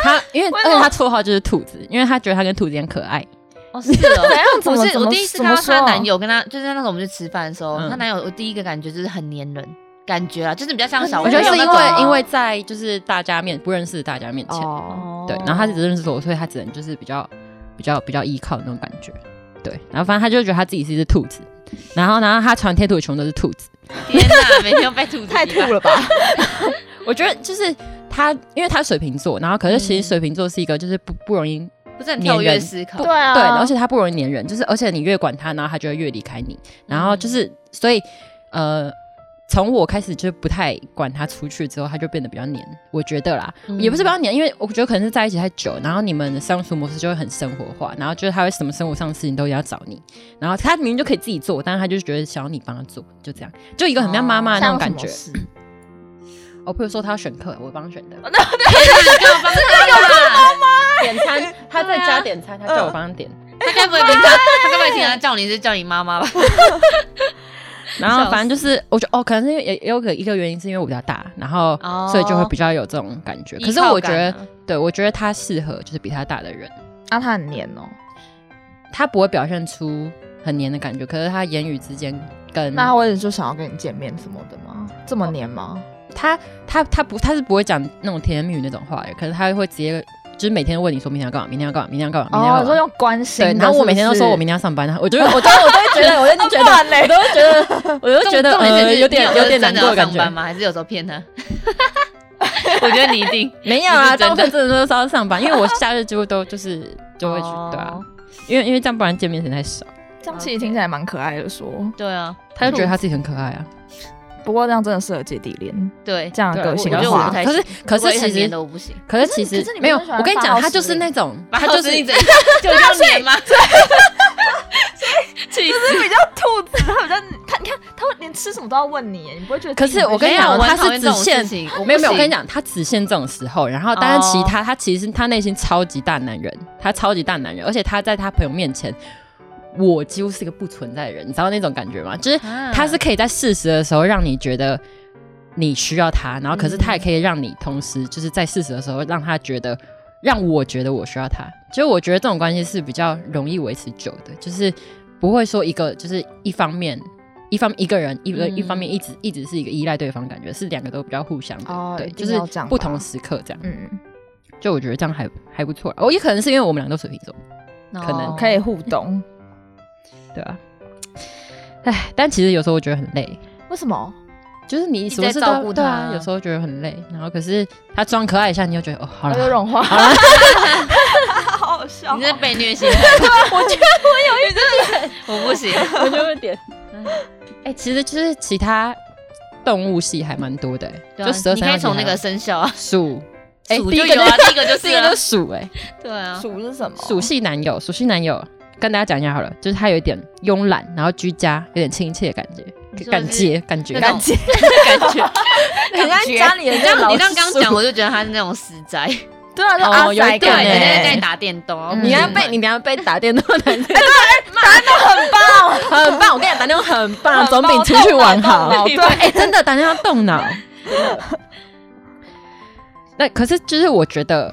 [SPEAKER 2] 他因为
[SPEAKER 3] 为
[SPEAKER 2] 而
[SPEAKER 3] 什
[SPEAKER 2] 且
[SPEAKER 3] 么
[SPEAKER 2] 他绰号就是兔子，因为他觉得他跟兔子一样可爱。
[SPEAKER 1] 哦，是哦，
[SPEAKER 3] 怎样怎么
[SPEAKER 1] 不是，
[SPEAKER 3] 怎
[SPEAKER 1] 我
[SPEAKER 3] 么
[SPEAKER 1] 第一次
[SPEAKER 3] 怎
[SPEAKER 1] 看
[SPEAKER 3] 么
[SPEAKER 1] 到她
[SPEAKER 2] 啊
[SPEAKER 3] 说啊
[SPEAKER 1] 男友跟她，就是那时候我们去吃饭的时候，
[SPEAKER 2] 嗯
[SPEAKER 1] 她男友我第一个感觉就是很黏人，感觉啊，就是比较像
[SPEAKER 3] 很
[SPEAKER 1] 小
[SPEAKER 3] 黏
[SPEAKER 2] 我
[SPEAKER 1] 朋
[SPEAKER 2] 觉
[SPEAKER 1] 友
[SPEAKER 2] 得
[SPEAKER 1] 那
[SPEAKER 2] 是因
[SPEAKER 1] 种
[SPEAKER 2] 为
[SPEAKER 1] 啊。
[SPEAKER 2] 因为在就是大家面不认识的大家面前，
[SPEAKER 3] 哦，
[SPEAKER 2] 对，然后他只认识我，所以他只能就是比较比较比较依靠那种感觉。对，然后反正他就觉得他自己是一只兔子，然后然后他传贴图全部都是兔子。
[SPEAKER 1] 天哪，每天都被 吐啊
[SPEAKER 3] 太吐了吧？
[SPEAKER 2] 我觉得就是他，因为他水瓶座，然后可是其实水瓶座是一个就是不不容易
[SPEAKER 1] 不是很跳跃思考
[SPEAKER 3] 对。啊，
[SPEAKER 2] 对，而且他不容易粘人，就是而且你越管他，然后他就会越离开你，然
[SPEAKER 1] 嗯
[SPEAKER 2] 后就是、所以呃，从我开始就不太管他出去之后，他就变得比较黏，我觉得啦，
[SPEAKER 1] 嗯
[SPEAKER 2] 也不是比较黏，因为我觉得可能是在一起太久，然后你们的相处模式就会很生活化，然后就是他会什么生活上的事情都要找你，然后他明明就可以自己做，但是他就觉得想要你帮他做，就这样，就一个很像妈妈的那种感觉。哦，譬如说他要选哦课，我帮他选的
[SPEAKER 1] 你干嘛 帮他啦？
[SPEAKER 2] 点餐，他在
[SPEAKER 1] 对啊
[SPEAKER 2] 家点餐，他叫我帮他点。
[SPEAKER 1] 他该不会平常他该不会经常叫你是叫你妈妈吧？
[SPEAKER 2] 然后反正就是，我觉得哦，可能是因为也也有可一个原因是因为我比较大，然后、
[SPEAKER 1] 哦
[SPEAKER 2] 所以就会比较有这种感觉。可是我觉得，对我觉得他适合就是比他大的人，
[SPEAKER 3] 啊，他很黏哦，
[SPEAKER 2] 嗯他不会表现出很黏的感觉，可是他言语之间跟
[SPEAKER 3] 那他为了就想要跟你见面什么的吗？这么黏吗？
[SPEAKER 2] 他他他不他是不会讲那种甜言蜜语那种话的，可是他会直接就是每天问你说明天要干嘛，明天要干嘛，明天要干嘛，明天
[SPEAKER 3] 哦，
[SPEAKER 2] 要干
[SPEAKER 3] 你说
[SPEAKER 2] 嘛。
[SPEAKER 3] 用关心的。
[SPEAKER 2] 对，然后我每天都说我明
[SPEAKER 3] 天
[SPEAKER 2] 天要上班，啊然后我就我都我都会觉得，我就 觉得，
[SPEAKER 3] 嘞
[SPEAKER 2] 我，都会觉得， 我就觉得
[SPEAKER 1] 重重点
[SPEAKER 2] 呃
[SPEAKER 1] 是
[SPEAKER 2] 有点
[SPEAKER 1] 你
[SPEAKER 2] 有
[SPEAKER 1] 真
[SPEAKER 2] 点难
[SPEAKER 1] 的
[SPEAKER 2] 过
[SPEAKER 1] 要
[SPEAKER 2] 的感
[SPEAKER 1] 上
[SPEAKER 2] 觉
[SPEAKER 1] 班。吗？还是有时候骗他？ 我觉得你一定
[SPEAKER 2] 没有啊，
[SPEAKER 1] 你是真
[SPEAKER 2] 大
[SPEAKER 1] 的
[SPEAKER 2] 部分真的都是要上班，因为我假日几乎都就是就会去，对啊，
[SPEAKER 1] 哦
[SPEAKER 2] 因为因为这样不然见面时间太少，
[SPEAKER 3] 这样其实听起来蛮可爱的说，
[SPEAKER 1] 对啊，
[SPEAKER 2] 他就觉得他自己很可爱啊。
[SPEAKER 3] 不过这样真的适合姐弟恋，
[SPEAKER 1] 对，
[SPEAKER 3] 这样
[SPEAKER 2] 对
[SPEAKER 3] 的
[SPEAKER 2] 啊
[SPEAKER 3] 个
[SPEAKER 2] 我
[SPEAKER 3] 性
[SPEAKER 1] 觉
[SPEAKER 3] 的
[SPEAKER 1] 得我
[SPEAKER 3] 话
[SPEAKER 1] 不太
[SPEAKER 2] 可是
[SPEAKER 1] 行
[SPEAKER 2] 可是
[SPEAKER 1] 我也很
[SPEAKER 2] 其实
[SPEAKER 1] 黏的我不行。
[SPEAKER 2] 可是
[SPEAKER 3] 可是
[SPEAKER 2] 其实
[SPEAKER 3] 可是你不
[SPEAKER 2] 没有，
[SPEAKER 3] 是喜欢
[SPEAKER 2] 我跟你
[SPEAKER 3] 发
[SPEAKER 2] 讲，
[SPEAKER 3] 号
[SPEAKER 2] 他就是
[SPEAKER 3] 施
[SPEAKER 2] 那种，
[SPEAKER 1] 他
[SPEAKER 2] 他
[SPEAKER 1] 就
[SPEAKER 2] 就是是
[SPEAKER 1] 你怎样，就要 脸吗？气死！
[SPEAKER 3] 比较兔子，他比较他你看他连吃什么都要问你，你不会觉得
[SPEAKER 2] 可
[SPEAKER 3] 自己
[SPEAKER 2] 是
[SPEAKER 3] 很
[SPEAKER 2] 我跟你
[SPEAKER 1] 没有
[SPEAKER 2] 讲，
[SPEAKER 1] 我很
[SPEAKER 2] 啊他
[SPEAKER 1] 讨
[SPEAKER 2] 是
[SPEAKER 1] 厌
[SPEAKER 2] 只
[SPEAKER 1] 这种
[SPEAKER 2] 限
[SPEAKER 1] 事情我不
[SPEAKER 2] 没有没有，我
[SPEAKER 1] 行
[SPEAKER 2] 跟你讲，他只限这种时候，然后但是其他他其实他内心超级大男人，他超级大男人，而且他在他朋友面前，我几乎是个不存在的人，你知道那种感觉吗？就是
[SPEAKER 1] 啊
[SPEAKER 2] 他是可以在适时的时候让你觉得你需要他，然后可是他也可以让你同时就是在适时的时候让他觉得，让我觉得我需要他。就是我觉得这种关系是比较容易维持久的，就是不会说一个就是一方面。一方一个人一个、
[SPEAKER 1] 嗯
[SPEAKER 2] 一方面一直一直是一个依赖对方的感觉，是两个都比较互相的，
[SPEAKER 3] 哦
[SPEAKER 2] 对，
[SPEAKER 3] 一
[SPEAKER 2] 就
[SPEAKER 3] 定
[SPEAKER 2] 是
[SPEAKER 3] 要这样吧
[SPEAKER 2] 不同时刻这样。
[SPEAKER 3] 嗯，
[SPEAKER 2] 就我觉得这样还还不错啦，哦，也可能是因为我们俩都水瓶座，可能
[SPEAKER 1] 哦
[SPEAKER 3] 可以互动，
[SPEAKER 2] 对吧、啊？唉，但其实有时候我觉得很累，
[SPEAKER 3] 为什么？
[SPEAKER 2] 就是你什么事
[SPEAKER 1] 一直在
[SPEAKER 2] 都
[SPEAKER 1] 照顾
[SPEAKER 2] 对啊
[SPEAKER 1] 他，
[SPEAKER 2] 有时候觉得很累，然后可是他装可爱一下，你又觉得哦，好
[SPEAKER 3] 他就
[SPEAKER 2] 了，
[SPEAKER 3] 融化，
[SPEAKER 2] 好了，
[SPEAKER 3] 好好笑
[SPEAKER 1] 你这被虐心，
[SPEAKER 3] 我觉得
[SPEAKER 1] 我不行。
[SPEAKER 2] 我就会点。哎、其实就是其他动物系还蛮多的、欸，
[SPEAKER 1] 对啊
[SPEAKER 2] 就十二
[SPEAKER 1] 你可以
[SPEAKER 2] 生肖
[SPEAKER 1] 从那
[SPEAKER 2] 里还有
[SPEAKER 1] 个生肖啊，
[SPEAKER 2] 鼠，哎、
[SPEAKER 1] 鼠
[SPEAKER 2] 第一
[SPEAKER 1] 就
[SPEAKER 2] 个
[SPEAKER 1] 有啊，第一个就
[SPEAKER 2] 第
[SPEAKER 1] 是
[SPEAKER 2] 一个
[SPEAKER 1] 啊
[SPEAKER 2] 就，鼠、哎，
[SPEAKER 1] 对啊，
[SPEAKER 3] 鼠是什么？
[SPEAKER 2] 鼠系男友，鼠系男友，跟大家讲一下好了，就是他有一点慵懒，然后居家，有点亲切的感
[SPEAKER 1] 你
[SPEAKER 2] 觉，
[SPEAKER 1] 说
[SPEAKER 2] 感
[SPEAKER 1] 是
[SPEAKER 2] 觉感觉
[SPEAKER 1] 那
[SPEAKER 2] 感
[SPEAKER 1] 种
[SPEAKER 2] 觉，
[SPEAKER 1] 感 觉。
[SPEAKER 3] 人家家里的
[SPEAKER 1] 你这样你这样刚
[SPEAKER 3] 鼠
[SPEAKER 1] 讲，我就觉得他是那种死宅，
[SPEAKER 3] 对啊，就
[SPEAKER 2] 哦
[SPEAKER 3] 阿
[SPEAKER 2] 有
[SPEAKER 3] 宅
[SPEAKER 2] 一
[SPEAKER 1] 对，
[SPEAKER 2] 点
[SPEAKER 3] 感
[SPEAKER 2] 欸
[SPEAKER 1] 人家
[SPEAKER 3] 欸
[SPEAKER 1] 在打电动，啊
[SPEAKER 3] 嗯
[SPEAKER 2] 你等
[SPEAKER 1] 要
[SPEAKER 2] 下被你等下被打电动男生
[SPEAKER 3] 很棒，
[SPEAKER 2] 很棒，我跟你讲，打电话哎很棒，
[SPEAKER 3] 很
[SPEAKER 2] 总
[SPEAKER 3] 棒
[SPEAKER 2] 比你出去玩好
[SPEAKER 3] 动脑。动脑
[SPEAKER 2] 哎、真的打电话动脑。 那可是就是我觉得，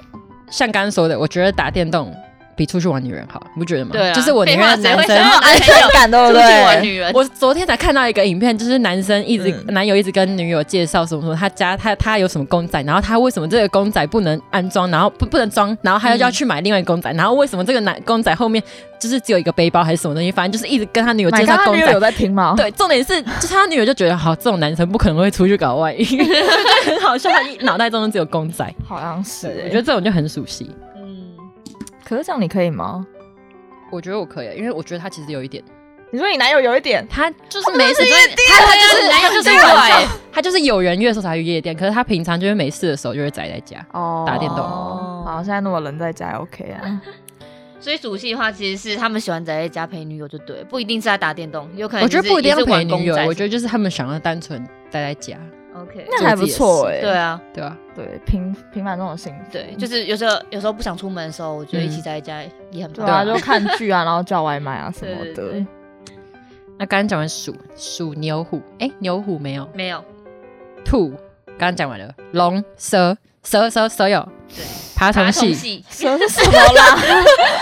[SPEAKER 2] 像刚刚说的，我觉得打电动比出去玩女人好，你不觉得吗？
[SPEAKER 1] 对啊，
[SPEAKER 2] 就是我宁
[SPEAKER 1] 废
[SPEAKER 2] 愿
[SPEAKER 1] 话
[SPEAKER 2] 男
[SPEAKER 1] 谁会
[SPEAKER 2] 生
[SPEAKER 1] 想要男朋
[SPEAKER 3] 很
[SPEAKER 1] 友
[SPEAKER 3] 感对不
[SPEAKER 1] 出去玩
[SPEAKER 3] 对？
[SPEAKER 1] 啊女人？
[SPEAKER 2] 我昨天才看到一个影片，就是男生一直、
[SPEAKER 3] 嗯
[SPEAKER 2] 男友一直跟女友介绍什么什么，他家他他有什么公仔，然后他为什么这个公仔不能安装，然后不不能装，然后他又要去买另外一个公仔，然后为什么这个男公仔后面就是只有一个背包还是什么东西，反正就是一直跟他女友介
[SPEAKER 3] 买
[SPEAKER 2] 绍
[SPEAKER 3] 刚刚
[SPEAKER 2] 公
[SPEAKER 3] 女友
[SPEAKER 2] 仔
[SPEAKER 3] 有。在听吗？
[SPEAKER 2] 对，重点是就是他女友就觉得好，这种男生不可能会出去搞外遇， 很好笑，他一脑袋中只有公仔，
[SPEAKER 3] 好像是
[SPEAKER 2] 我
[SPEAKER 3] 欸。
[SPEAKER 2] 觉得这种就很熟悉。
[SPEAKER 1] 嗯，
[SPEAKER 3] 可是这样你可以吗？
[SPEAKER 2] 我觉得我可以，因为我觉得他其实有一点，
[SPEAKER 3] 你说你男友有一点，
[SPEAKER 2] 他就是没事，就是
[SPEAKER 1] 嗯他
[SPEAKER 2] 他就是
[SPEAKER 1] 男友
[SPEAKER 2] 他就是
[SPEAKER 1] 对
[SPEAKER 2] 晚
[SPEAKER 1] 欸
[SPEAKER 2] 上，他就是有人约的时候才去夜店，可是他平常就是没事的时候就会宅在家。
[SPEAKER 3] 哦
[SPEAKER 2] 打电动
[SPEAKER 3] 好，现在那么冷在家也 OK 啊，
[SPEAKER 1] 所以主戏的话，其实是他们喜欢宅在家陪女友就对，不一定是在打电动，有可能
[SPEAKER 2] 我觉得不一定要陪女友，我觉
[SPEAKER 1] 得
[SPEAKER 2] 得就是他们想要单纯待在家，
[SPEAKER 1] OK，
[SPEAKER 3] 那还不错哎、
[SPEAKER 1] 对啊，
[SPEAKER 2] 对吧？
[SPEAKER 3] 对，平平凡中的幸福，
[SPEAKER 1] 对，就是有时候有时候不想出门的时候，我觉得一起宅在家也很
[SPEAKER 3] 对
[SPEAKER 1] 棒。
[SPEAKER 3] 啊，
[SPEAKER 2] 嗯对啊
[SPEAKER 3] 就看剧啊，然后叫外卖啊什么
[SPEAKER 1] 对对
[SPEAKER 3] 的
[SPEAKER 1] 对，
[SPEAKER 2] 那刚刚讲完鼠、鼠、牛、虎，哎，牛虎没有，
[SPEAKER 1] 没有，
[SPEAKER 2] 兔刚刚讲完了，龙、蛇、蛇、蛇、蛇有，
[SPEAKER 1] 对，
[SPEAKER 2] 爬虫
[SPEAKER 1] 爬虫
[SPEAKER 2] 系，
[SPEAKER 1] 系，
[SPEAKER 3] 蛇是什么 啦？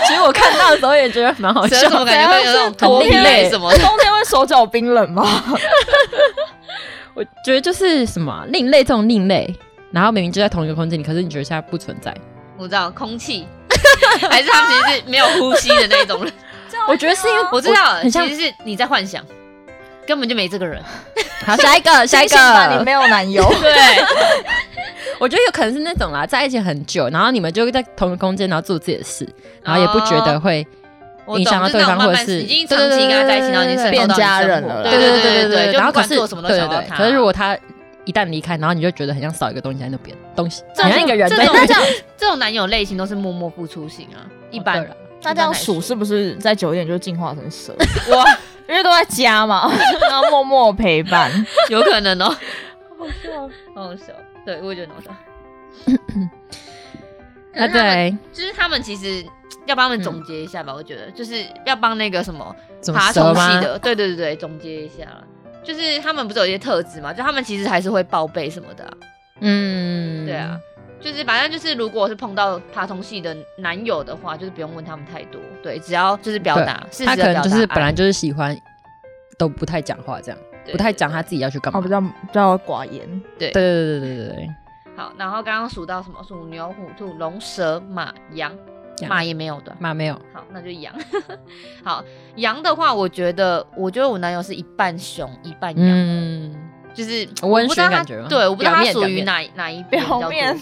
[SPEAKER 2] 其实我看到的时候也觉得蛮好
[SPEAKER 1] 蛇
[SPEAKER 2] 笑
[SPEAKER 1] 怎么
[SPEAKER 2] 的。
[SPEAKER 1] 感觉会有那种
[SPEAKER 2] 怎样
[SPEAKER 1] 驼
[SPEAKER 2] 是
[SPEAKER 1] 背
[SPEAKER 2] 很另类
[SPEAKER 1] 什么的？
[SPEAKER 3] 冬天会手脚冰冷吗？
[SPEAKER 2] 我觉得就是什么啊另类这种另类，然后明明就在同一个空间里，可是你觉得它不存在。
[SPEAKER 1] 我知道，空气，还是他们其实是没有呼吸的那种人。
[SPEAKER 2] 我觉得是因为
[SPEAKER 1] 我知道了，
[SPEAKER 2] 很像
[SPEAKER 1] 其实是你在幻想，根本就没这个人。，
[SPEAKER 2] 好，下一个，下一
[SPEAKER 3] 提醒吧你
[SPEAKER 2] 个
[SPEAKER 3] 没。有男友
[SPEAKER 1] 对，
[SPEAKER 2] 我觉得有可能是那种啦，在一起很久，然后你们就在同一个空间，然后做自己的事，然后也不
[SPEAKER 1] 哦
[SPEAKER 2] 觉得会
[SPEAKER 1] 我
[SPEAKER 2] 影
[SPEAKER 1] 懂
[SPEAKER 2] 响到
[SPEAKER 1] 就是
[SPEAKER 2] 对
[SPEAKER 1] 那
[SPEAKER 2] 方，
[SPEAKER 1] 种
[SPEAKER 2] 或
[SPEAKER 1] 慢
[SPEAKER 2] 者
[SPEAKER 1] 慢
[SPEAKER 2] 是
[SPEAKER 1] 已经长期跟他在一起，然后已经渗透到你生活
[SPEAKER 3] 变家人了啦
[SPEAKER 1] 对对对对
[SPEAKER 2] 对
[SPEAKER 1] 就
[SPEAKER 2] 然后
[SPEAKER 1] 不
[SPEAKER 2] 可
[SPEAKER 1] 管
[SPEAKER 2] 是
[SPEAKER 1] 做什么都想到
[SPEAKER 2] 对对
[SPEAKER 1] 他。
[SPEAKER 2] 对可是如果他一旦离开，然后你就觉得很像少一个东西在那边，东西
[SPEAKER 1] 这
[SPEAKER 2] 好
[SPEAKER 1] 种
[SPEAKER 2] 像一个人
[SPEAKER 1] 这
[SPEAKER 2] 在
[SPEAKER 1] 种
[SPEAKER 2] 那
[SPEAKER 1] 这
[SPEAKER 2] 边。
[SPEAKER 1] 种这种男友类型都是默默付出型啊，一般
[SPEAKER 2] 哦对啦
[SPEAKER 3] 那这样鼠是不是在九点就进化成蛇？
[SPEAKER 1] 哇，
[SPEAKER 3] 因为都在家嘛， 然后默默陪伴。
[SPEAKER 1] 有可能 哦。好好笑，对，我也觉得很好笑。
[SPEAKER 2] 啊，
[SPEAKER 1] 可是他们，
[SPEAKER 2] 对，嗯
[SPEAKER 1] 就是他们其实要帮他们总结一下吧，我觉得就是要帮那个什么
[SPEAKER 2] 怎么
[SPEAKER 1] 爬
[SPEAKER 2] 蛇
[SPEAKER 1] 虫
[SPEAKER 2] 吗
[SPEAKER 1] 系？的，对对对对，总结一下啦。就是他们不是有一些特质嘛，就他们其实还是会报备什么的啊、
[SPEAKER 2] 嗯，
[SPEAKER 1] 对啊，，就是反正就是，如果是碰到爬虫系的男友的话，就是不用问他们太多，对，只要就是表达，事实
[SPEAKER 2] 他
[SPEAKER 1] 的
[SPEAKER 2] 可
[SPEAKER 1] 表达
[SPEAKER 2] 能
[SPEAKER 1] 爱。
[SPEAKER 2] 就是本来就是喜欢，都不太讲话，这样
[SPEAKER 1] 对
[SPEAKER 2] 不太讲他自己要去干嘛
[SPEAKER 3] 哦，比。较比较寡言，
[SPEAKER 1] 对
[SPEAKER 2] 对对对对对对
[SPEAKER 1] 好，然后刚刚数到什么？属牛、虎、兔、龙、蛇、马、羊，
[SPEAKER 2] 羊
[SPEAKER 1] 马也没有的。
[SPEAKER 2] 妈没有，
[SPEAKER 1] 好，那就羊。 好，羊的话，我觉得，我觉得我男友是一半熊一半羊，
[SPEAKER 2] 嗯，
[SPEAKER 1] 就是
[SPEAKER 2] 温
[SPEAKER 1] 我不知道
[SPEAKER 2] 驯
[SPEAKER 1] 他
[SPEAKER 2] 感觉吗
[SPEAKER 1] 对，我不知道
[SPEAKER 2] 表
[SPEAKER 1] 他
[SPEAKER 2] 面
[SPEAKER 1] 属于
[SPEAKER 2] 表面
[SPEAKER 1] 哪哪一边比较
[SPEAKER 3] 表
[SPEAKER 1] 多
[SPEAKER 3] 面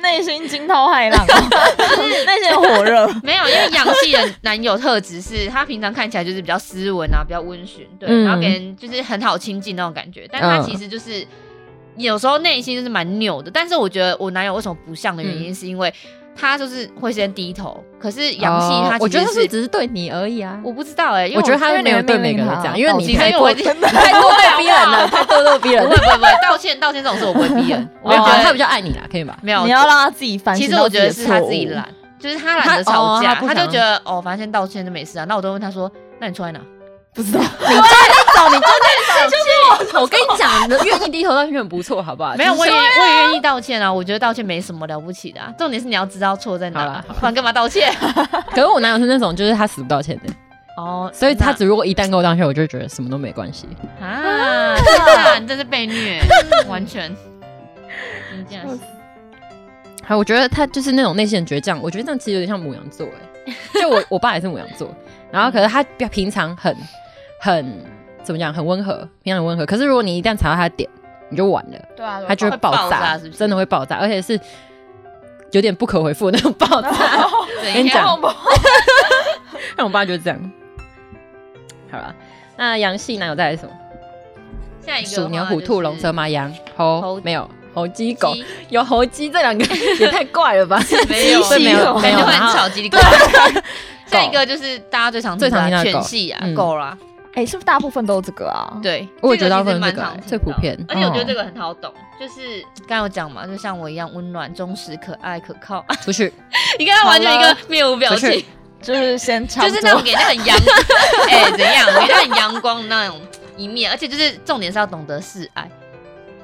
[SPEAKER 3] 内心惊涛骇浪，啊 内心火热。
[SPEAKER 1] 没有，因为洋气的男友特质是他平常看起来就是比较斯文啊，比较温驯，对，
[SPEAKER 2] 嗯
[SPEAKER 1] 然后给人就是很好亲近那种感觉，但他其实就是。有时候内心就是蛮扭的，但是我觉得我男友为什么不像的原
[SPEAKER 2] 嗯
[SPEAKER 1] 因，是因为他就是会先低头，可是洋气
[SPEAKER 2] 哦
[SPEAKER 1] 他
[SPEAKER 2] 我
[SPEAKER 1] 其
[SPEAKER 2] 觉
[SPEAKER 1] 实
[SPEAKER 2] 得他
[SPEAKER 1] 是，
[SPEAKER 2] 是只是对你而已啊。
[SPEAKER 1] 我不知道哎、因为
[SPEAKER 2] 我觉得他
[SPEAKER 3] 因为
[SPEAKER 2] 没
[SPEAKER 3] 你
[SPEAKER 2] 有
[SPEAKER 3] 们
[SPEAKER 2] 对每
[SPEAKER 3] 命
[SPEAKER 2] 个
[SPEAKER 3] 令
[SPEAKER 2] 人
[SPEAKER 3] 他
[SPEAKER 2] 这样，因为
[SPEAKER 3] 道
[SPEAKER 2] 你
[SPEAKER 1] 歉
[SPEAKER 2] 太
[SPEAKER 1] 因为哦我
[SPEAKER 2] 过
[SPEAKER 1] 已经
[SPEAKER 2] 太过被逼人了，太过被逼人
[SPEAKER 1] 不
[SPEAKER 2] 了
[SPEAKER 1] 会。不会不会，道歉 道歉这种事我不会逼人，我
[SPEAKER 2] 我
[SPEAKER 1] 就
[SPEAKER 2] 觉
[SPEAKER 1] 觉
[SPEAKER 2] 得
[SPEAKER 1] 得
[SPEAKER 2] 哦他比较爱你啦，可以吧？
[SPEAKER 1] 没有，
[SPEAKER 3] 你要让他自己反省。
[SPEAKER 1] 其实我觉得是他自己， 懒，就是他懒得
[SPEAKER 2] 他
[SPEAKER 1] 吵
[SPEAKER 2] 哦
[SPEAKER 1] 架，
[SPEAKER 2] 他不
[SPEAKER 1] 他就
[SPEAKER 2] 想
[SPEAKER 1] 觉得哦，反正先道歉就没事啊。那我都问他说，那你出来哪？
[SPEAKER 3] 不知道。
[SPEAKER 2] 走，你就在走，就是我。我跟你讲，能 愿意低头道歉就很不错，好不好？
[SPEAKER 1] 没有，
[SPEAKER 2] 啊就是
[SPEAKER 1] 我也
[SPEAKER 2] 说
[SPEAKER 1] 我也愿意道歉啊。我觉得道歉没什么了不起的、啊，重点是你要知道错在
[SPEAKER 2] 好
[SPEAKER 1] 哪啊
[SPEAKER 2] 啦好，啦
[SPEAKER 1] 不然干嘛道歉？
[SPEAKER 2] 可是我男友是那种，就是他死不道歉的，
[SPEAKER 1] 哦，
[SPEAKER 2] 所以他
[SPEAKER 1] 那
[SPEAKER 2] 只如果一旦跟我道歉，我就觉得什么都没关系。
[SPEAKER 1] 啊，真的啊，你真是被 虐，完全。真的是
[SPEAKER 2] 好，我觉得他就是那种内心很倔强，我觉得这样其实有点像母羊座哎、 就我我爸也是母羊座，然后可是他比平常很很怎么讲，很温和，平常很温和。可是如果你一旦踩到他的点，你就完了，
[SPEAKER 3] 对啊
[SPEAKER 2] 他就 会
[SPEAKER 1] 会爆
[SPEAKER 2] 炸，
[SPEAKER 1] 炸是不是
[SPEAKER 2] 真的会爆炸，而且是有点不可回复的那种爆 炸。
[SPEAKER 1] 怎
[SPEAKER 2] 跟你
[SPEAKER 1] 样
[SPEAKER 2] 讲， 像我爸就是这样。好了，那杨系男友带来什么？
[SPEAKER 1] 下一个
[SPEAKER 2] 鼠、牛、虎、兔、龙、蛇、
[SPEAKER 1] 马
[SPEAKER 2] 马、羊、猴
[SPEAKER 1] 猴，
[SPEAKER 2] 没有猴、鸡、狗，有猴、鸡这两个 也太怪了吧？
[SPEAKER 1] 没有
[SPEAKER 2] 对没有
[SPEAKER 3] 鸡
[SPEAKER 2] 没
[SPEAKER 1] 感
[SPEAKER 2] 有，
[SPEAKER 1] 觉会
[SPEAKER 2] 然
[SPEAKER 1] 很
[SPEAKER 2] 后
[SPEAKER 1] 吵，叽里呱啦。 下一个就是大家最常
[SPEAKER 2] 啊最常听到的
[SPEAKER 1] 犬
[SPEAKER 2] 狗
[SPEAKER 1] 系啊，
[SPEAKER 2] 嗯
[SPEAKER 1] 狗啦，
[SPEAKER 3] 哎，是不是大部分都是这个啊？，
[SPEAKER 1] 对，
[SPEAKER 2] 我也
[SPEAKER 1] 这
[SPEAKER 2] 觉
[SPEAKER 1] 个
[SPEAKER 2] 得大部
[SPEAKER 1] 其实
[SPEAKER 2] 分
[SPEAKER 1] 蛮
[SPEAKER 2] 这个
[SPEAKER 1] 常
[SPEAKER 2] 欸
[SPEAKER 1] 听
[SPEAKER 2] 最普
[SPEAKER 1] 到的啊
[SPEAKER 2] 遍
[SPEAKER 1] 而且我觉得
[SPEAKER 3] 嗯
[SPEAKER 1] 这个很好懂，就是刚刚有讲嘛，就像我一样温暖、忠实、可爱、可靠。
[SPEAKER 2] 出去。
[SPEAKER 1] 你看他完全一
[SPEAKER 3] 好
[SPEAKER 1] 个
[SPEAKER 3] 了
[SPEAKER 1] 面无表
[SPEAKER 2] 不是
[SPEAKER 1] 情，
[SPEAKER 3] 就是先 差
[SPEAKER 1] 就
[SPEAKER 3] 不多
[SPEAKER 1] 是那种给人家很阳，哎、怎样？给人家很阳光的那种一面，而且就是重点是要懂得示爱，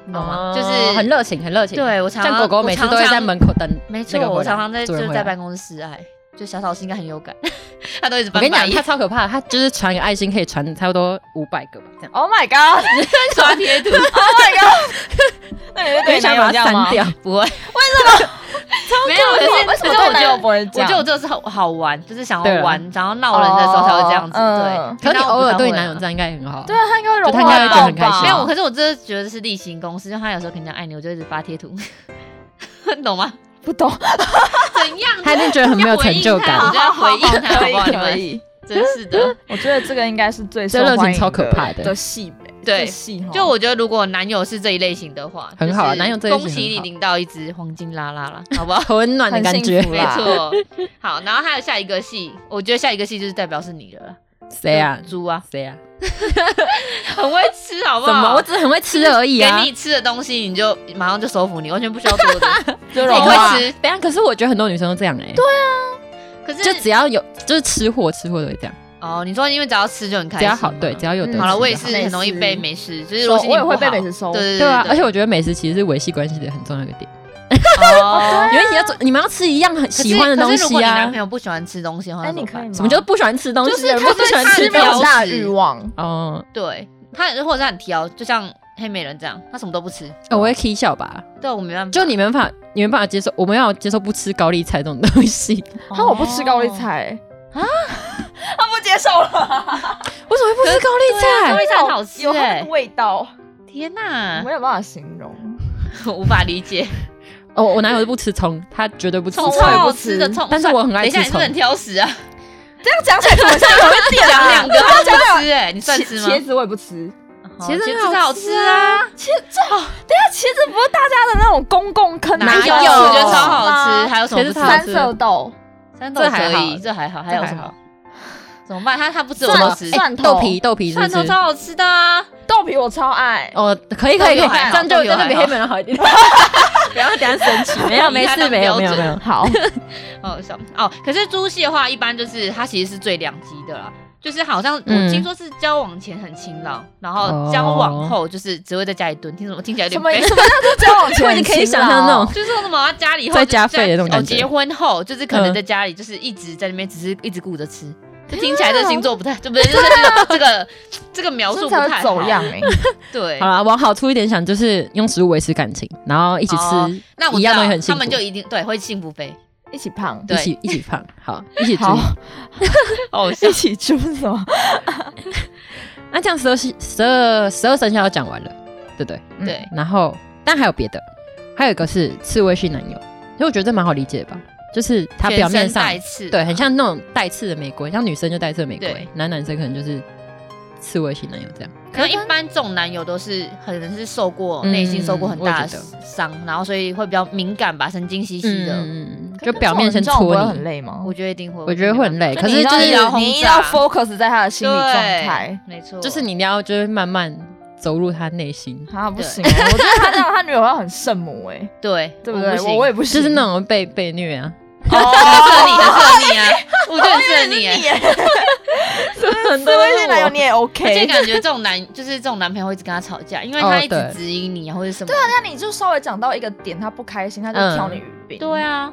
[SPEAKER 1] 你懂吗？哦就是
[SPEAKER 2] 很热情，很热情。，
[SPEAKER 1] 对我常常
[SPEAKER 2] 像狗狗每次都会在，门口等。
[SPEAKER 1] 我常常没
[SPEAKER 2] 那
[SPEAKER 1] 错，
[SPEAKER 2] 个回来
[SPEAKER 1] 我常常在
[SPEAKER 2] 主
[SPEAKER 1] 就
[SPEAKER 2] 人
[SPEAKER 1] 是
[SPEAKER 2] 回
[SPEAKER 1] 在
[SPEAKER 2] 来
[SPEAKER 1] 办公室示爱，就小草是应该很有感， 他都一直
[SPEAKER 2] 我
[SPEAKER 1] 翻
[SPEAKER 2] 跟你
[SPEAKER 1] 白
[SPEAKER 2] 讲，它
[SPEAKER 1] 眼，
[SPEAKER 2] 超可怕的，它就是传个爱心可以传差不多五百个吧，这样。
[SPEAKER 3] Oh my god！
[SPEAKER 1] 刷贴图，
[SPEAKER 3] 那你会
[SPEAKER 2] 我
[SPEAKER 3] 对
[SPEAKER 2] 也想
[SPEAKER 3] 男
[SPEAKER 2] 把它
[SPEAKER 3] 友这样吗
[SPEAKER 2] 删？掉。
[SPEAKER 1] 不会，为什么？没有，可是
[SPEAKER 3] 为什么
[SPEAKER 1] 可是
[SPEAKER 3] 对
[SPEAKER 1] 我
[SPEAKER 3] 男
[SPEAKER 1] 觉
[SPEAKER 3] 友
[SPEAKER 1] 得。
[SPEAKER 3] 不会这
[SPEAKER 1] 我
[SPEAKER 3] 样？
[SPEAKER 1] 觉得我这是好好玩，就是想
[SPEAKER 2] 对
[SPEAKER 1] 要
[SPEAKER 2] 啦
[SPEAKER 1] 玩，想要闹人的时候才会这样子。
[SPEAKER 3] 哦嗯
[SPEAKER 1] 对，
[SPEAKER 2] 可是你
[SPEAKER 1] 平常
[SPEAKER 2] 偶
[SPEAKER 1] 我不
[SPEAKER 2] 尔
[SPEAKER 1] 太
[SPEAKER 2] 对
[SPEAKER 1] 会
[SPEAKER 2] 男友
[SPEAKER 1] 啊
[SPEAKER 2] 这样应该也很好。
[SPEAKER 3] 对啊，他应该会融
[SPEAKER 2] 就他
[SPEAKER 3] 化
[SPEAKER 2] 应该会觉得
[SPEAKER 3] 到
[SPEAKER 2] 很开心
[SPEAKER 3] 吧？
[SPEAKER 1] 没有，我可是我真的觉得是例行公事，就 他有时候可能讲爱你，我就一直发贴图，你懂吗？
[SPEAKER 3] 不懂，
[SPEAKER 1] 怎样？
[SPEAKER 2] 他他一定觉得很没有成就感
[SPEAKER 1] 我。觉得回应他
[SPEAKER 3] 可
[SPEAKER 1] 好
[SPEAKER 3] 以
[SPEAKER 1] 不好？你
[SPEAKER 3] 可
[SPEAKER 1] 们
[SPEAKER 3] 以。
[SPEAKER 1] 真是的，
[SPEAKER 3] 我觉得这个应该是最受
[SPEAKER 2] 这热情
[SPEAKER 3] 欢迎
[SPEAKER 2] 超可怕的
[SPEAKER 3] 的戏呗，
[SPEAKER 1] 对
[SPEAKER 3] 这戏哈
[SPEAKER 1] 就我觉得如果男友是这一类型的话，
[SPEAKER 2] 很好啊
[SPEAKER 1] 就是
[SPEAKER 2] 男友这一类型
[SPEAKER 1] 恭喜
[SPEAKER 2] 很
[SPEAKER 1] 你
[SPEAKER 2] 好？
[SPEAKER 1] 领到一只黄金拉拉了，好不好
[SPEAKER 2] 很温暖的感觉
[SPEAKER 3] 很幸福。
[SPEAKER 1] 没
[SPEAKER 3] 啦
[SPEAKER 1] 错，好，然后还有下一个戏，我觉得下一个戏就是代表是你了啦，
[SPEAKER 2] 谁啊？
[SPEAKER 1] 猪啊，
[SPEAKER 2] 谁啊？
[SPEAKER 1] 很会吃，好不
[SPEAKER 2] 怎
[SPEAKER 1] 好？
[SPEAKER 2] 么？我只是很会吃而已啊
[SPEAKER 1] 给。你吃的东西，你就马上就收服你，完全不需要多的。
[SPEAKER 3] 就
[SPEAKER 1] 我
[SPEAKER 3] 融
[SPEAKER 1] 会
[SPEAKER 3] 化，
[SPEAKER 1] 吃
[SPEAKER 2] 等一下，可是我觉得很多女生都这样哎。对，
[SPEAKER 1] 可是
[SPEAKER 2] 就只要有就是吃货，吃货都会这样。
[SPEAKER 1] 哦，你说因为只要吃就很开
[SPEAKER 2] 只
[SPEAKER 1] 心
[SPEAKER 2] 要
[SPEAKER 1] 嘛，
[SPEAKER 2] 好，对，只要有得吃就
[SPEAKER 1] 啊好
[SPEAKER 2] 好
[SPEAKER 1] 了，我也是
[SPEAKER 3] 美
[SPEAKER 1] 很容易
[SPEAKER 3] 食
[SPEAKER 1] 被美食，就是如果
[SPEAKER 3] 收
[SPEAKER 1] 心情
[SPEAKER 3] 我也会
[SPEAKER 1] 不
[SPEAKER 3] 被
[SPEAKER 1] 好
[SPEAKER 3] 美食收
[SPEAKER 1] 对对
[SPEAKER 2] 对啊，而且
[SPEAKER 1] 我
[SPEAKER 2] 我觉得美食其实是维系关系的很重要一个点，
[SPEAKER 1] 哦，
[SPEAKER 2] 因为你要做，你们要吃一样很喜欢的东
[SPEAKER 1] 可是如果
[SPEAKER 2] 西
[SPEAKER 1] 你男
[SPEAKER 2] 啊
[SPEAKER 1] 朋。友不喜欢吃东西的话，
[SPEAKER 3] 哎，
[SPEAKER 1] 那怎
[SPEAKER 3] 你
[SPEAKER 1] 么
[SPEAKER 3] 可以
[SPEAKER 1] 办
[SPEAKER 3] 吗？
[SPEAKER 2] 什么叫不喜欢吃东西？啊
[SPEAKER 1] 就是
[SPEAKER 2] 人不喜欢吃
[SPEAKER 1] 是
[SPEAKER 3] 没
[SPEAKER 1] 挑
[SPEAKER 3] 有
[SPEAKER 1] 食
[SPEAKER 2] 东西。啊
[SPEAKER 3] 大欲望？
[SPEAKER 2] 哦，
[SPEAKER 1] 对他，或者是他很挑，就像黑美人这样，他什么都不吃。
[SPEAKER 2] 呃我会 k 笑吧，
[SPEAKER 1] 对我没办法，
[SPEAKER 2] 就你没办法，你没办法接受，我们要接受不吃高丽菜这种东 西。
[SPEAKER 3] 他我不吃高丽菜啊，他不接受了，
[SPEAKER 2] 为什么会不吃高丽
[SPEAKER 1] 高
[SPEAKER 2] 菜？
[SPEAKER 1] 丽菜啊很好吃啊
[SPEAKER 3] 有它
[SPEAKER 1] 哎
[SPEAKER 3] 的、味道，
[SPEAKER 1] 天
[SPEAKER 3] 我
[SPEAKER 1] 哪
[SPEAKER 3] 没，有办法形容。
[SPEAKER 1] 我无法理解，
[SPEAKER 2] 哦，我男友是不吃葱，他绝对不吃
[SPEAKER 1] 葱啊
[SPEAKER 2] 葱
[SPEAKER 1] 超。好
[SPEAKER 3] 不
[SPEAKER 1] 吃
[SPEAKER 3] 吃
[SPEAKER 1] 的葱，
[SPEAKER 2] 但是我很爱
[SPEAKER 1] 等一下，你
[SPEAKER 2] 吃
[SPEAKER 1] 是不是很
[SPEAKER 2] 葱
[SPEAKER 1] 挑食 啊？
[SPEAKER 3] 这样讲起来怎么像有一点
[SPEAKER 1] 讲
[SPEAKER 3] 啊
[SPEAKER 1] 两个他都不吃哎、 你算吃吗？
[SPEAKER 3] 茄子我也不吃，
[SPEAKER 1] 哦
[SPEAKER 2] 茄子
[SPEAKER 1] 茄
[SPEAKER 2] 很
[SPEAKER 1] 子
[SPEAKER 2] 好
[SPEAKER 1] 好
[SPEAKER 2] 吃
[SPEAKER 1] 吃
[SPEAKER 2] 啊
[SPEAKER 1] 啊，
[SPEAKER 3] 茄这等一下茄子不是大家的那种公共坑，啊
[SPEAKER 1] 哪
[SPEAKER 3] 哪
[SPEAKER 1] 有？
[SPEAKER 2] 有
[SPEAKER 1] 我觉得超好吃，
[SPEAKER 3] 吗
[SPEAKER 1] 还有什么
[SPEAKER 2] 茄
[SPEAKER 1] 不
[SPEAKER 2] 子
[SPEAKER 1] 吃
[SPEAKER 2] 超好
[SPEAKER 1] 的？
[SPEAKER 3] 三
[SPEAKER 2] 吃
[SPEAKER 3] 色豆、
[SPEAKER 1] 三
[SPEAKER 2] 这
[SPEAKER 1] 豆
[SPEAKER 2] 还
[SPEAKER 1] 可以，
[SPEAKER 2] 好
[SPEAKER 1] 这还好，还
[SPEAKER 2] 这
[SPEAKER 1] 有
[SPEAKER 2] 还
[SPEAKER 1] 什么
[SPEAKER 2] 好？
[SPEAKER 1] 怎么办？他他不吃我
[SPEAKER 3] 蒜
[SPEAKER 1] 都
[SPEAKER 3] 头
[SPEAKER 1] 吃，
[SPEAKER 3] 蒜头
[SPEAKER 2] 哎豆皮豆皮是不
[SPEAKER 1] 蒜头
[SPEAKER 2] 是？
[SPEAKER 1] 超好吃的啊！
[SPEAKER 3] 豆皮，我超爱。
[SPEAKER 2] 哦，可以可以可
[SPEAKER 1] 豆皮
[SPEAKER 2] 以，
[SPEAKER 1] 还好
[SPEAKER 2] 这样就
[SPEAKER 1] 豆皮
[SPEAKER 2] 真的比
[SPEAKER 1] 还好
[SPEAKER 2] 黑美人好一点。不要等一下生气，没有没
[SPEAKER 1] 你看
[SPEAKER 2] 事
[SPEAKER 1] 他
[SPEAKER 2] 没
[SPEAKER 1] 标
[SPEAKER 2] 有没有
[SPEAKER 1] 准
[SPEAKER 2] 没有。
[SPEAKER 3] 好，
[SPEAKER 1] 哦，什么哦？可是猪系的话，一般就是它其实是最两极的啦，就是好像我
[SPEAKER 2] 嗯
[SPEAKER 1] 听说是交往前很勤劳，然
[SPEAKER 2] 哦
[SPEAKER 1] 后交往后就是只会在家里蹲，听什么听起来有
[SPEAKER 3] 什
[SPEAKER 1] 点
[SPEAKER 3] 么
[SPEAKER 1] 悲
[SPEAKER 3] 什么叫做交往前？
[SPEAKER 2] 我已经可以想象那种，
[SPEAKER 1] 就是说什么他家里后
[SPEAKER 2] 在
[SPEAKER 1] 就是
[SPEAKER 2] 家废的那种感觉
[SPEAKER 1] 哦，结婚后就是可能
[SPEAKER 2] 嗯
[SPEAKER 1] 在家里就是一直在那边，只是一直顾着吃。就听起来这星座不太， 就不 是就是
[SPEAKER 2] 啊
[SPEAKER 1] 这个这个这个描述
[SPEAKER 3] 这
[SPEAKER 1] 不
[SPEAKER 3] 才
[SPEAKER 1] 太
[SPEAKER 3] 会
[SPEAKER 1] 好
[SPEAKER 3] 走样。哎。
[SPEAKER 1] 对
[SPEAKER 2] 好，啦，往好处一点想，就是用食物维持感情，然后一起吃，
[SPEAKER 1] 哦那我知
[SPEAKER 2] 一样
[SPEAKER 1] 道
[SPEAKER 2] 东西很幸
[SPEAKER 1] 他
[SPEAKER 2] 福，
[SPEAKER 1] 们就一定对会幸福飞。
[SPEAKER 3] 一起胖，
[SPEAKER 1] 对
[SPEAKER 2] 一起一起胖，好，一起吃。
[SPEAKER 3] 好
[SPEAKER 1] 哦，
[SPEAKER 3] 一起猪是什么？
[SPEAKER 2] 那这样十二星十二十二生肖都讲完了，对不对？
[SPEAKER 3] 嗯
[SPEAKER 1] 对，
[SPEAKER 2] 然后，但还有别的，还有一个是刺猬系男友，所以我觉得这蛮好理解的吧，就是他表面
[SPEAKER 1] 全
[SPEAKER 2] 上
[SPEAKER 1] 身带刺，
[SPEAKER 2] 对，很像那种带刺的玫瑰，像女生就带刺的玫瑰
[SPEAKER 1] 对，
[SPEAKER 2] 男男生可能就是刺猬系男友这样。
[SPEAKER 1] 可能一般这种男友都是可能是受过内心受过很大的
[SPEAKER 2] 嗯我
[SPEAKER 1] 伤，然后所以会比较敏感吧，神经兮兮的。
[SPEAKER 2] 嗯，就表面先
[SPEAKER 3] 这种人这种不会
[SPEAKER 2] 戳
[SPEAKER 3] 很
[SPEAKER 2] 你，
[SPEAKER 3] 累吗？
[SPEAKER 1] 我觉得一定会，
[SPEAKER 2] 我觉得会很累，
[SPEAKER 1] 就
[SPEAKER 2] 可
[SPEAKER 1] 你
[SPEAKER 2] 是
[SPEAKER 1] 知
[SPEAKER 2] 就
[SPEAKER 1] 道
[SPEAKER 2] 是
[SPEAKER 1] 你要轰炸
[SPEAKER 3] 你一定要 focus 在他的心理状态
[SPEAKER 1] 对。，没错，
[SPEAKER 2] 就是你要就是慢慢走入他内心，
[SPEAKER 3] 啊，不行，我觉得他这样，他女友要很圣母哎，
[SPEAKER 1] 对，
[SPEAKER 3] 对不
[SPEAKER 1] 我
[SPEAKER 3] 对？
[SPEAKER 1] 行
[SPEAKER 3] 我我也不
[SPEAKER 2] 就是
[SPEAKER 3] 行
[SPEAKER 2] 那种被被虐啊，
[SPEAKER 1] 哦，很 适合你，很适合你啊，我觉得很适合你啊耶。
[SPEAKER 2] 很
[SPEAKER 3] 对微信男友你也
[SPEAKER 1] 而且
[SPEAKER 3] OK，
[SPEAKER 1] 感觉这种男，就是这种男朋友会一直跟他吵架，因为
[SPEAKER 2] 哦
[SPEAKER 1] 他一直
[SPEAKER 2] 对
[SPEAKER 1] 质疑你啊，或者什么。对
[SPEAKER 3] 那你就稍微讲到一个点，他不开心，他就
[SPEAKER 2] 嗯
[SPEAKER 3] 挑你语病。
[SPEAKER 1] 对啊，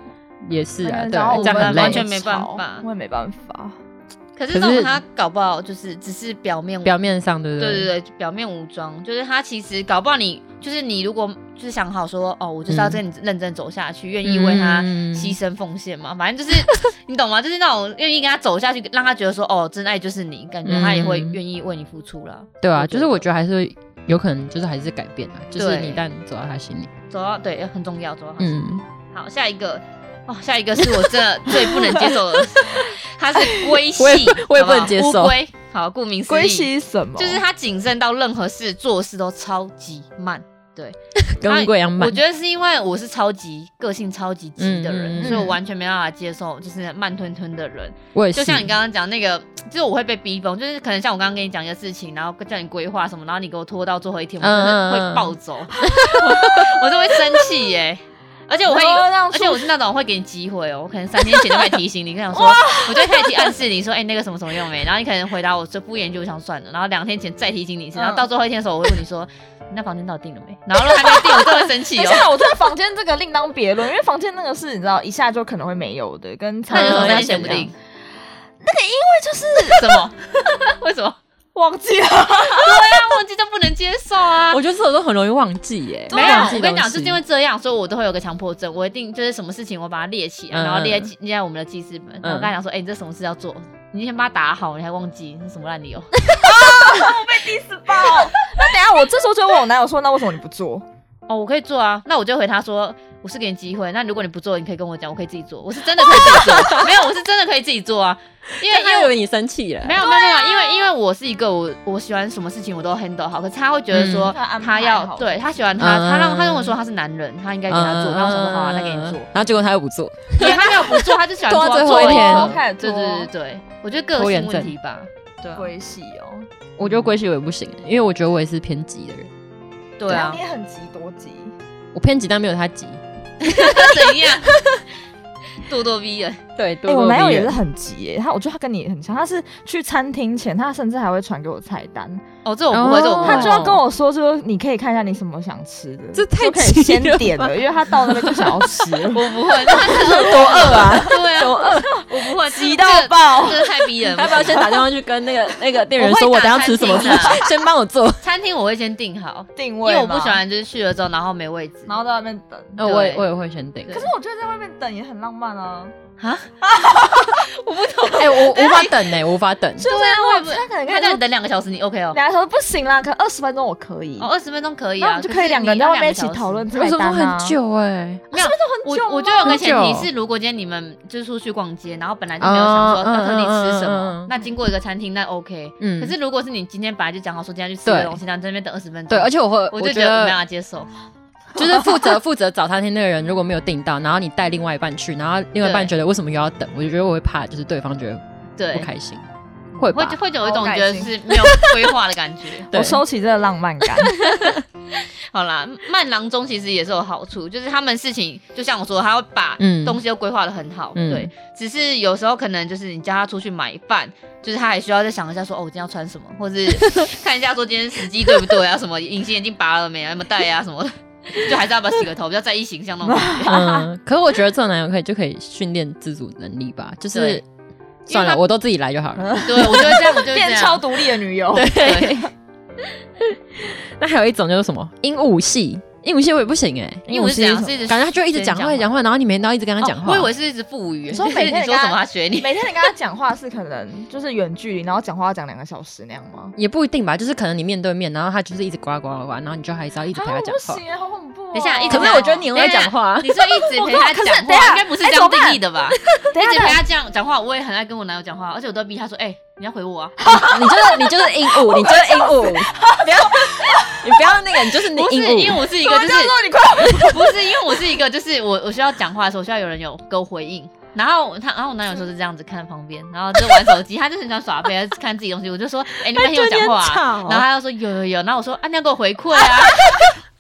[SPEAKER 2] 也是啊，
[SPEAKER 3] 哎
[SPEAKER 2] 对
[SPEAKER 3] 然
[SPEAKER 2] 啊，
[SPEAKER 3] 后
[SPEAKER 2] 这样
[SPEAKER 3] 我
[SPEAKER 1] 们
[SPEAKER 2] 很累，
[SPEAKER 1] 完全没办法
[SPEAKER 3] 我也没办法。
[SPEAKER 1] 可是
[SPEAKER 2] 可
[SPEAKER 1] 这
[SPEAKER 2] 是
[SPEAKER 1] 种他搞不好就是只是表面
[SPEAKER 2] 表面上对不
[SPEAKER 1] 对
[SPEAKER 2] 对
[SPEAKER 1] 对对，表面武装，就是他其实搞不好你，就是你如果就是想好说，哦，我就是要跟你认真走下去，愿、意为他
[SPEAKER 2] 嗯
[SPEAKER 1] 牺牲奉献嘛，反正就是 你懂吗？就是那种愿意跟他走下去，让他觉得说，哦，真爱就是你，感觉他也会
[SPEAKER 2] 嗯
[SPEAKER 1] 愿意为你付出啦。
[SPEAKER 2] 对啊，就是我觉
[SPEAKER 1] 得
[SPEAKER 2] 得还是有可能，就是还是改变啊，就是
[SPEAKER 1] 对
[SPEAKER 2] 你一旦走到他心里，
[SPEAKER 1] 走到对很重要，走到他心里
[SPEAKER 2] 嗯，
[SPEAKER 1] 好，下一个。哦，下一个是我真 的最不能接受的，它是龟系，
[SPEAKER 2] 我也我也不能
[SPEAKER 1] 好好
[SPEAKER 2] 接受
[SPEAKER 1] 乌龟。好，顾名思
[SPEAKER 3] 归
[SPEAKER 1] 义，
[SPEAKER 3] 西什么？
[SPEAKER 1] 就是他谨慎到任何事做事都超级慢。
[SPEAKER 2] 跟
[SPEAKER 1] 他
[SPEAKER 2] 贵阳慢
[SPEAKER 1] 我，觉得是因为我是超级个性超级急的人，
[SPEAKER 2] 嗯嗯嗯
[SPEAKER 1] 所以我完全没办法接受就是慢吞吞的人。
[SPEAKER 2] 我也是，
[SPEAKER 1] 就像你刚刚讲那个，就是我会被逼疯，就是可能像我刚刚跟你讲一个事情，然后叫你规划什么，然后你给我拖到最后一天，我真的
[SPEAKER 2] 嗯嗯嗯
[SPEAKER 1] 会暴走， 我就会生气耶、而且我会，
[SPEAKER 2] 哦
[SPEAKER 3] 然后让
[SPEAKER 1] 而
[SPEAKER 3] 出
[SPEAKER 1] 且我是那种会给你机会哦，我可能三天前就会提醒你，跟你讲说，我就会开始暗示你说，哎、那个什么什么用没？然后你可能回答我这敷衍就想算了，然后两天前再提醒你一次，然后到最后一天的时候，我会问你说，你那房间到底定了没？然后如果还没定，我就会生气
[SPEAKER 3] 等一
[SPEAKER 1] 哦。
[SPEAKER 3] 下，我这个房间这个另当别论，因为房间那个是你知道一下就可能会没有的，跟
[SPEAKER 1] 嗯那你
[SPEAKER 2] 就
[SPEAKER 1] 为什么
[SPEAKER 2] 是房
[SPEAKER 1] 三
[SPEAKER 2] 间
[SPEAKER 1] 天前不
[SPEAKER 3] 一样
[SPEAKER 1] 定？
[SPEAKER 3] 就 是
[SPEAKER 1] 什么？为 什么？
[SPEAKER 3] 忘记了，
[SPEAKER 1] 那啊忘记就不能接受啊！
[SPEAKER 2] 我觉得射手座很容易忘记耶，
[SPEAKER 1] 没有，啊
[SPEAKER 2] 忘记
[SPEAKER 1] 我跟你
[SPEAKER 2] 东
[SPEAKER 1] 讲，
[SPEAKER 2] 西
[SPEAKER 1] 就是因为这样，所以我都会有个强迫症，我一定就是什么事情我把它列起来，
[SPEAKER 2] 嗯
[SPEAKER 1] 然后列在列在我们的记事本。然后我跟他讲说，哎、你这什么事要做？你先把它打好，你还忘记，是什么烂理由？
[SPEAKER 3] 那等一下我这时候就问我男友说，那为什么你不做？
[SPEAKER 1] 哦，我可以做啊，那我就回他说，我是给你机会，那如果你不做，你可以跟我讲，我可以自己做，我是真的可以自己 做，没有，我是真的可以自己做啊，因为因为
[SPEAKER 2] 因为
[SPEAKER 1] 我
[SPEAKER 2] 以为你生气了，
[SPEAKER 1] 没有没有没
[SPEAKER 2] 啊
[SPEAKER 1] 有，因为因为我是一个我我喜欢什么事情我都 handle 好，可是他会觉得说
[SPEAKER 3] 嗯他安
[SPEAKER 1] 他
[SPEAKER 3] 排
[SPEAKER 1] 要
[SPEAKER 3] 好
[SPEAKER 1] 对他喜欢他，
[SPEAKER 2] 嗯
[SPEAKER 1] 他让他跟我说他是男人，他应该给他做，然后我想说好啊，那给你做，
[SPEAKER 2] 然后结果他又不做，
[SPEAKER 1] 对他没有不做，他就喜欢
[SPEAKER 2] 拖
[SPEAKER 1] 做
[SPEAKER 2] 到嗯最
[SPEAKER 1] 做
[SPEAKER 2] 后一
[SPEAKER 1] 了
[SPEAKER 2] 天
[SPEAKER 1] 以后
[SPEAKER 3] 开始
[SPEAKER 1] 对
[SPEAKER 3] 拖
[SPEAKER 1] 对对对，我觉得个
[SPEAKER 2] 拖延
[SPEAKER 1] 性问
[SPEAKER 2] 症
[SPEAKER 1] 题吧，对啊
[SPEAKER 3] 归系哦，
[SPEAKER 2] 我觉得归属我也不行，因为我觉得我也是偏急的人，
[SPEAKER 1] 对啊
[SPEAKER 3] 你，也很急多急，
[SPEAKER 2] 我偏急但没有他急。
[SPEAKER 1] 他怎样？ 咄咄逼人，
[SPEAKER 2] 对，
[SPEAKER 3] 哎、
[SPEAKER 2] 咄
[SPEAKER 3] 我
[SPEAKER 2] 咄
[SPEAKER 3] 男友
[SPEAKER 2] 逼
[SPEAKER 3] 也
[SPEAKER 2] 人
[SPEAKER 3] 是很急耶、他我觉得他跟你很像，他是去餐厅前，他甚至还会传给我菜单，
[SPEAKER 1] 哦，这我不会，这我不
[SPEAKER 2] 哦
[SPEAKER 1] 会，。
[SPEAKER 3] 他就要跟我说说你可以看一下你什么想吃的，
[SPEAKER 2] 这太
[SPEAKER 3] 就可
[SPEAKER 2] 急
[SPEAKER 3] 以先
[SPEAKER 2] 了吧
[SPEAKER 3] 点了，因为他到那边就想要吃了
[SPEAKER 1] 我不会，那他是多
[SPEAKER 2] 饿 啊，
[SPEAKER 1] 对啊，
[SPEAKER 2] 多饿，
[SPEAKER 1] 我不会，
[SPEAKER 3] 急到爆！
[SPEAKER 1] 这个太逼人了。
[SPEAKER 2] 要不要先打电话去跟那个那个店员说，
[SPEAKER 1] 我
[SPEAKER 2] 我
[SPEAKER 1] 会
[SPEAKER 2] 等
[SPEAKER 1] 打
[SPEAKER 2] 下吃什么
[SPEAKER 1] 餐厅啊，
[SPEAKER 2] 先帮我做。
[SPEAKER 1] 餐厅我会先订好，
[SPEAKER 3] 定
[SPEAKER 1] 因
[SPEAKER 3] 位，
[SPEAKER 1] 为我不喜，欢就是去了之后然后没位置。
[SPEAKER 3] 然后在外面等。
[SPEAKER 2] 那
[SPEAKER 1] 对
[SPEAKER 2] 呃我也我也会先订。
[SPEAKER 1] 对
[SPEAKER 3] 可是我觉得在外面等也很浪漫啊。
[SPEAKER 1] 啊，
[SPEAKER 2] 哎，我无法等哎，我无法等。
[SPEAKER 3] 就是
[SPEAKER 1] 啊我也不
[SPEAKER 3] 他可能
[SPEAKER 1] 他
[SPEAKER 3] 看
[SPEAKER 1] 让你
[SPEAKER 3] 到
[SPEAKER 1] 等两个小时，你 OK 哦？
[SPEAKER 3] 两个小时不行啦，可二十分钟我可以。
[SPEAKER 1] 哦，二十分钟可以
[SPEAKER 3] 那我
[SPEAKER 1] 啊，
[SPEAKER 3] 们就
[SPEAKER 1] 可
[SPEAKER 3] 可以
[SPEAKER 1] 是
[SPEAKER 3] 两个人
[SPEAKER 1] 你
[SPEAKER 3] 在
[SPEAKER 1] 要
[SPEAKER 3] 外面
[SPEAKER 1] 两
[SPEAKER 3] 一起
[SPEAKER 1] 个小时
[SPEAKER 3] 讨论菜
[SPEAKER 2] 二十分
[SPEAKER 3] 单
[SPEAKER 2] 钟
[SPEAKER 3] 啊。
[SPEAKER 2] 很久哎，
[SPEAKER 1] 没有，我
[SPEAKER 3] 久
[SPEAKER 1] 我就有个前提
[SPEAKER 2] 很
[SPEAKER 1] 是，如果今天你们就出去逛街，然后本来就没有想说
[SPEAKER 2] 哦
[SPEAKER 1] 要特地吃什
[SPEAKER 2] 嗯嗯嗯
[SPEAKER 1] 么
[SPEAKER 2] 嗯，
[SPEAKER 1] 那经过一个餐厅那 OK。
[SPEAKER 2] 嗯
[SPEAKER 1] 可是如果是你今天本来就讲好说今天要去吃
[SPEAKER 2] 对
[SPEAKER 1] 个东西，然后在那边等二十分钟，
[SPEAKER 2] 对，而
[SPEAKER 1] 且
[SPEAKER 2] 且我会，
[SPEAKER 1] 我
[SPEAKER 2] 我
[SPEAKER 1] 就觉
[SPEAKER 2] 觉
[SPEAKER 1] 得我没办 法
[SPEAKER 2] 得
[SPEAKER 1] 接受。
[SPEAKER 2] 就是负责负责早餐厅那个人如果没有订到，然后你带另外一半去，然后另外一半
[SPEAKER 1] 对
[SPEAKER 2] 觉得为什么又要等，我就觉得我会怕，就是对方觉得不
[SPEAKER 1] 对，
[SPEAKER 2] 开心，会
[SPEAKER 1] 会
[SPEAKER 2] 吧？
[SPEAKER 1] 会有一种
[SPEAKER 3] 好
[SPEAKER 1] 觉
[SPEAKER 3] 感
[SPEAKER 1] 得
[SPEAKER 3] 性
[SPEAKER 1] 是没有规划的感觉。
[SPEAKER 2] 对
[SPEAKER 3] 我收起这个浪漫感，
[SPEAKER 1] 好啦，慢郎中其实也是有好处，就是他们事情就像我说，他会把
[SPEAKER 2] 嗯
[SPEAKER 1] 东西都规划的很好，
[SPEAKER 2] 嗯
[SPEAKER 1] 对。只是有时候可能就是你叫他出去买饭，就是他还需要再想一下说，哦，我今天要穿什么，或 是看一下说今天时机对不对啊，什么隐形眼镜拔了没啊，有没有戴啊什么 的，就还是要不要洗个头，比较在意形象那种感觉。
[SPEAKER 2] 嗯， 可是我觉得这种男友可以就可以训练自主能力吧，就是
[SPEAKER 1] 对
[SPEAKER 2] 算了，
[SPEAKER 1] 他
[SPEAKER 2] 我都自己来就好了。
[SPEAKER 1] 对，我就会这样，我就会这
[SPEAKER 3] 变超
[SPEAKER 1] 样。
[SPEAKER 3] 独立的女友。
[SPEAKER 1] 对，
[SPEAKER 2] 那还有一种就是什么鹦鹉系，鹦鹉系我也不行哎，
[SPEAKER 1] 因为我是这样，是一直
[SPEAKER 2] 感觉他就一直讲话，一直讲话，然后你每天都要一直跟他讲话。
[SPEAKER 1] 哦我以为是一直腹语，
[SPEAKER 3] 你
[SPEAKER 1] 就
[SPEAKER 3] 说
[SPEAKER 1] 是
[SPEAKER 3] 每天
[SPEAKER 1] 你
[SPEAKER 3] 你
[SPEAKER 1] 说
[SPEAKER 3] 跟他
[SPEAKER 1] 什么他学你。
[SPEAKER 3] 每天你跟他讲话是可能就是远距离，然后讲话要讲两个小时那样吗？
[SPEAKER 2] 也不一定吧，就是可能你面对面，然后他就是一直呱呱呱呱，然后你就还是要一直陪
[SPEAKER 3] 啊
[SPEAKER 2] 他
[SPEAKER 3] 我
[SPEAKER 2] 讲
[SPEAKER 3] 不
[SPEAKER 2] 话。
[SPEAKER 3] 行，好恐怖哦。
[SPEAKER 1] 等一下，一直
[SPEAKER 2] 可是
[SPEAKER 1] 陪
[SPEAKER 2] 我觉得你很会
[SPEAKER 1] 等一下
[SPEAKER 2] 讲话
[SPEAKER 1] 你说一直陪他
[SPEAKER 3] 可是
[SPEAKER 1] 讲
[SPEAKER 3] 等一
[SPEAKER 1] 话，
[SPEAKER 3] 下
[SPEAKER 1] 应该不是
[SPEAKER 3] 哎
[SPEAKER 1] 这
[SPEAKER 3] 怎
[SPEAKER 1] 样
[SPEAKER 3] 么
[SPEAKER 1] 定
[SPEAKER 3] 办
[SPEAKER 1] 义的吧？
[SPEAKER 3] 等一
[SPEAKER 1] 一直
[SPEAKER 3] 下
[SPEAKER 1] 陪他这样讲话，我也很爱跟我男友讲话，而且我都逼他说：“哎、你要回我啊
[SPEAKER 2] 你就是你就是鹦鹉，你就是鹦鹉， 不要你不要那个，你 就是！”你
[SPEAKER 1] 不是，
[SPEAKER 2] 鹦
[SPEAKER 1] 因为
[SPEAKER 2] 鹉。
[SPEAKER 1] 我是一
[SPEAKER 3] 什
[SPEAKER 1] 个
[SPEAKER 3] 么
[SPEAKER 1] 就
[SPEAKER 3] 叫
[SPEAKER 1] 是
[SPEAKER 3] 做你 快？
[SPEAKER 1] 不是因为我是一个就是我我需要讲话的时候，我需要有人有给我回应。然后他，然后我男友说是这样子看旁边，然后就玩手机，他就是很想耍废，他看自己东西。我就说：“哎、你们听我讲话、
[SPEAKER 2] 他就很
[SPEAKER 1] 啊
[SPEAKER 2] 吵。”
[SPEAKER 1] 然后他就说：“有有有。”然后我说：“啊，你要给我回馈 啊！”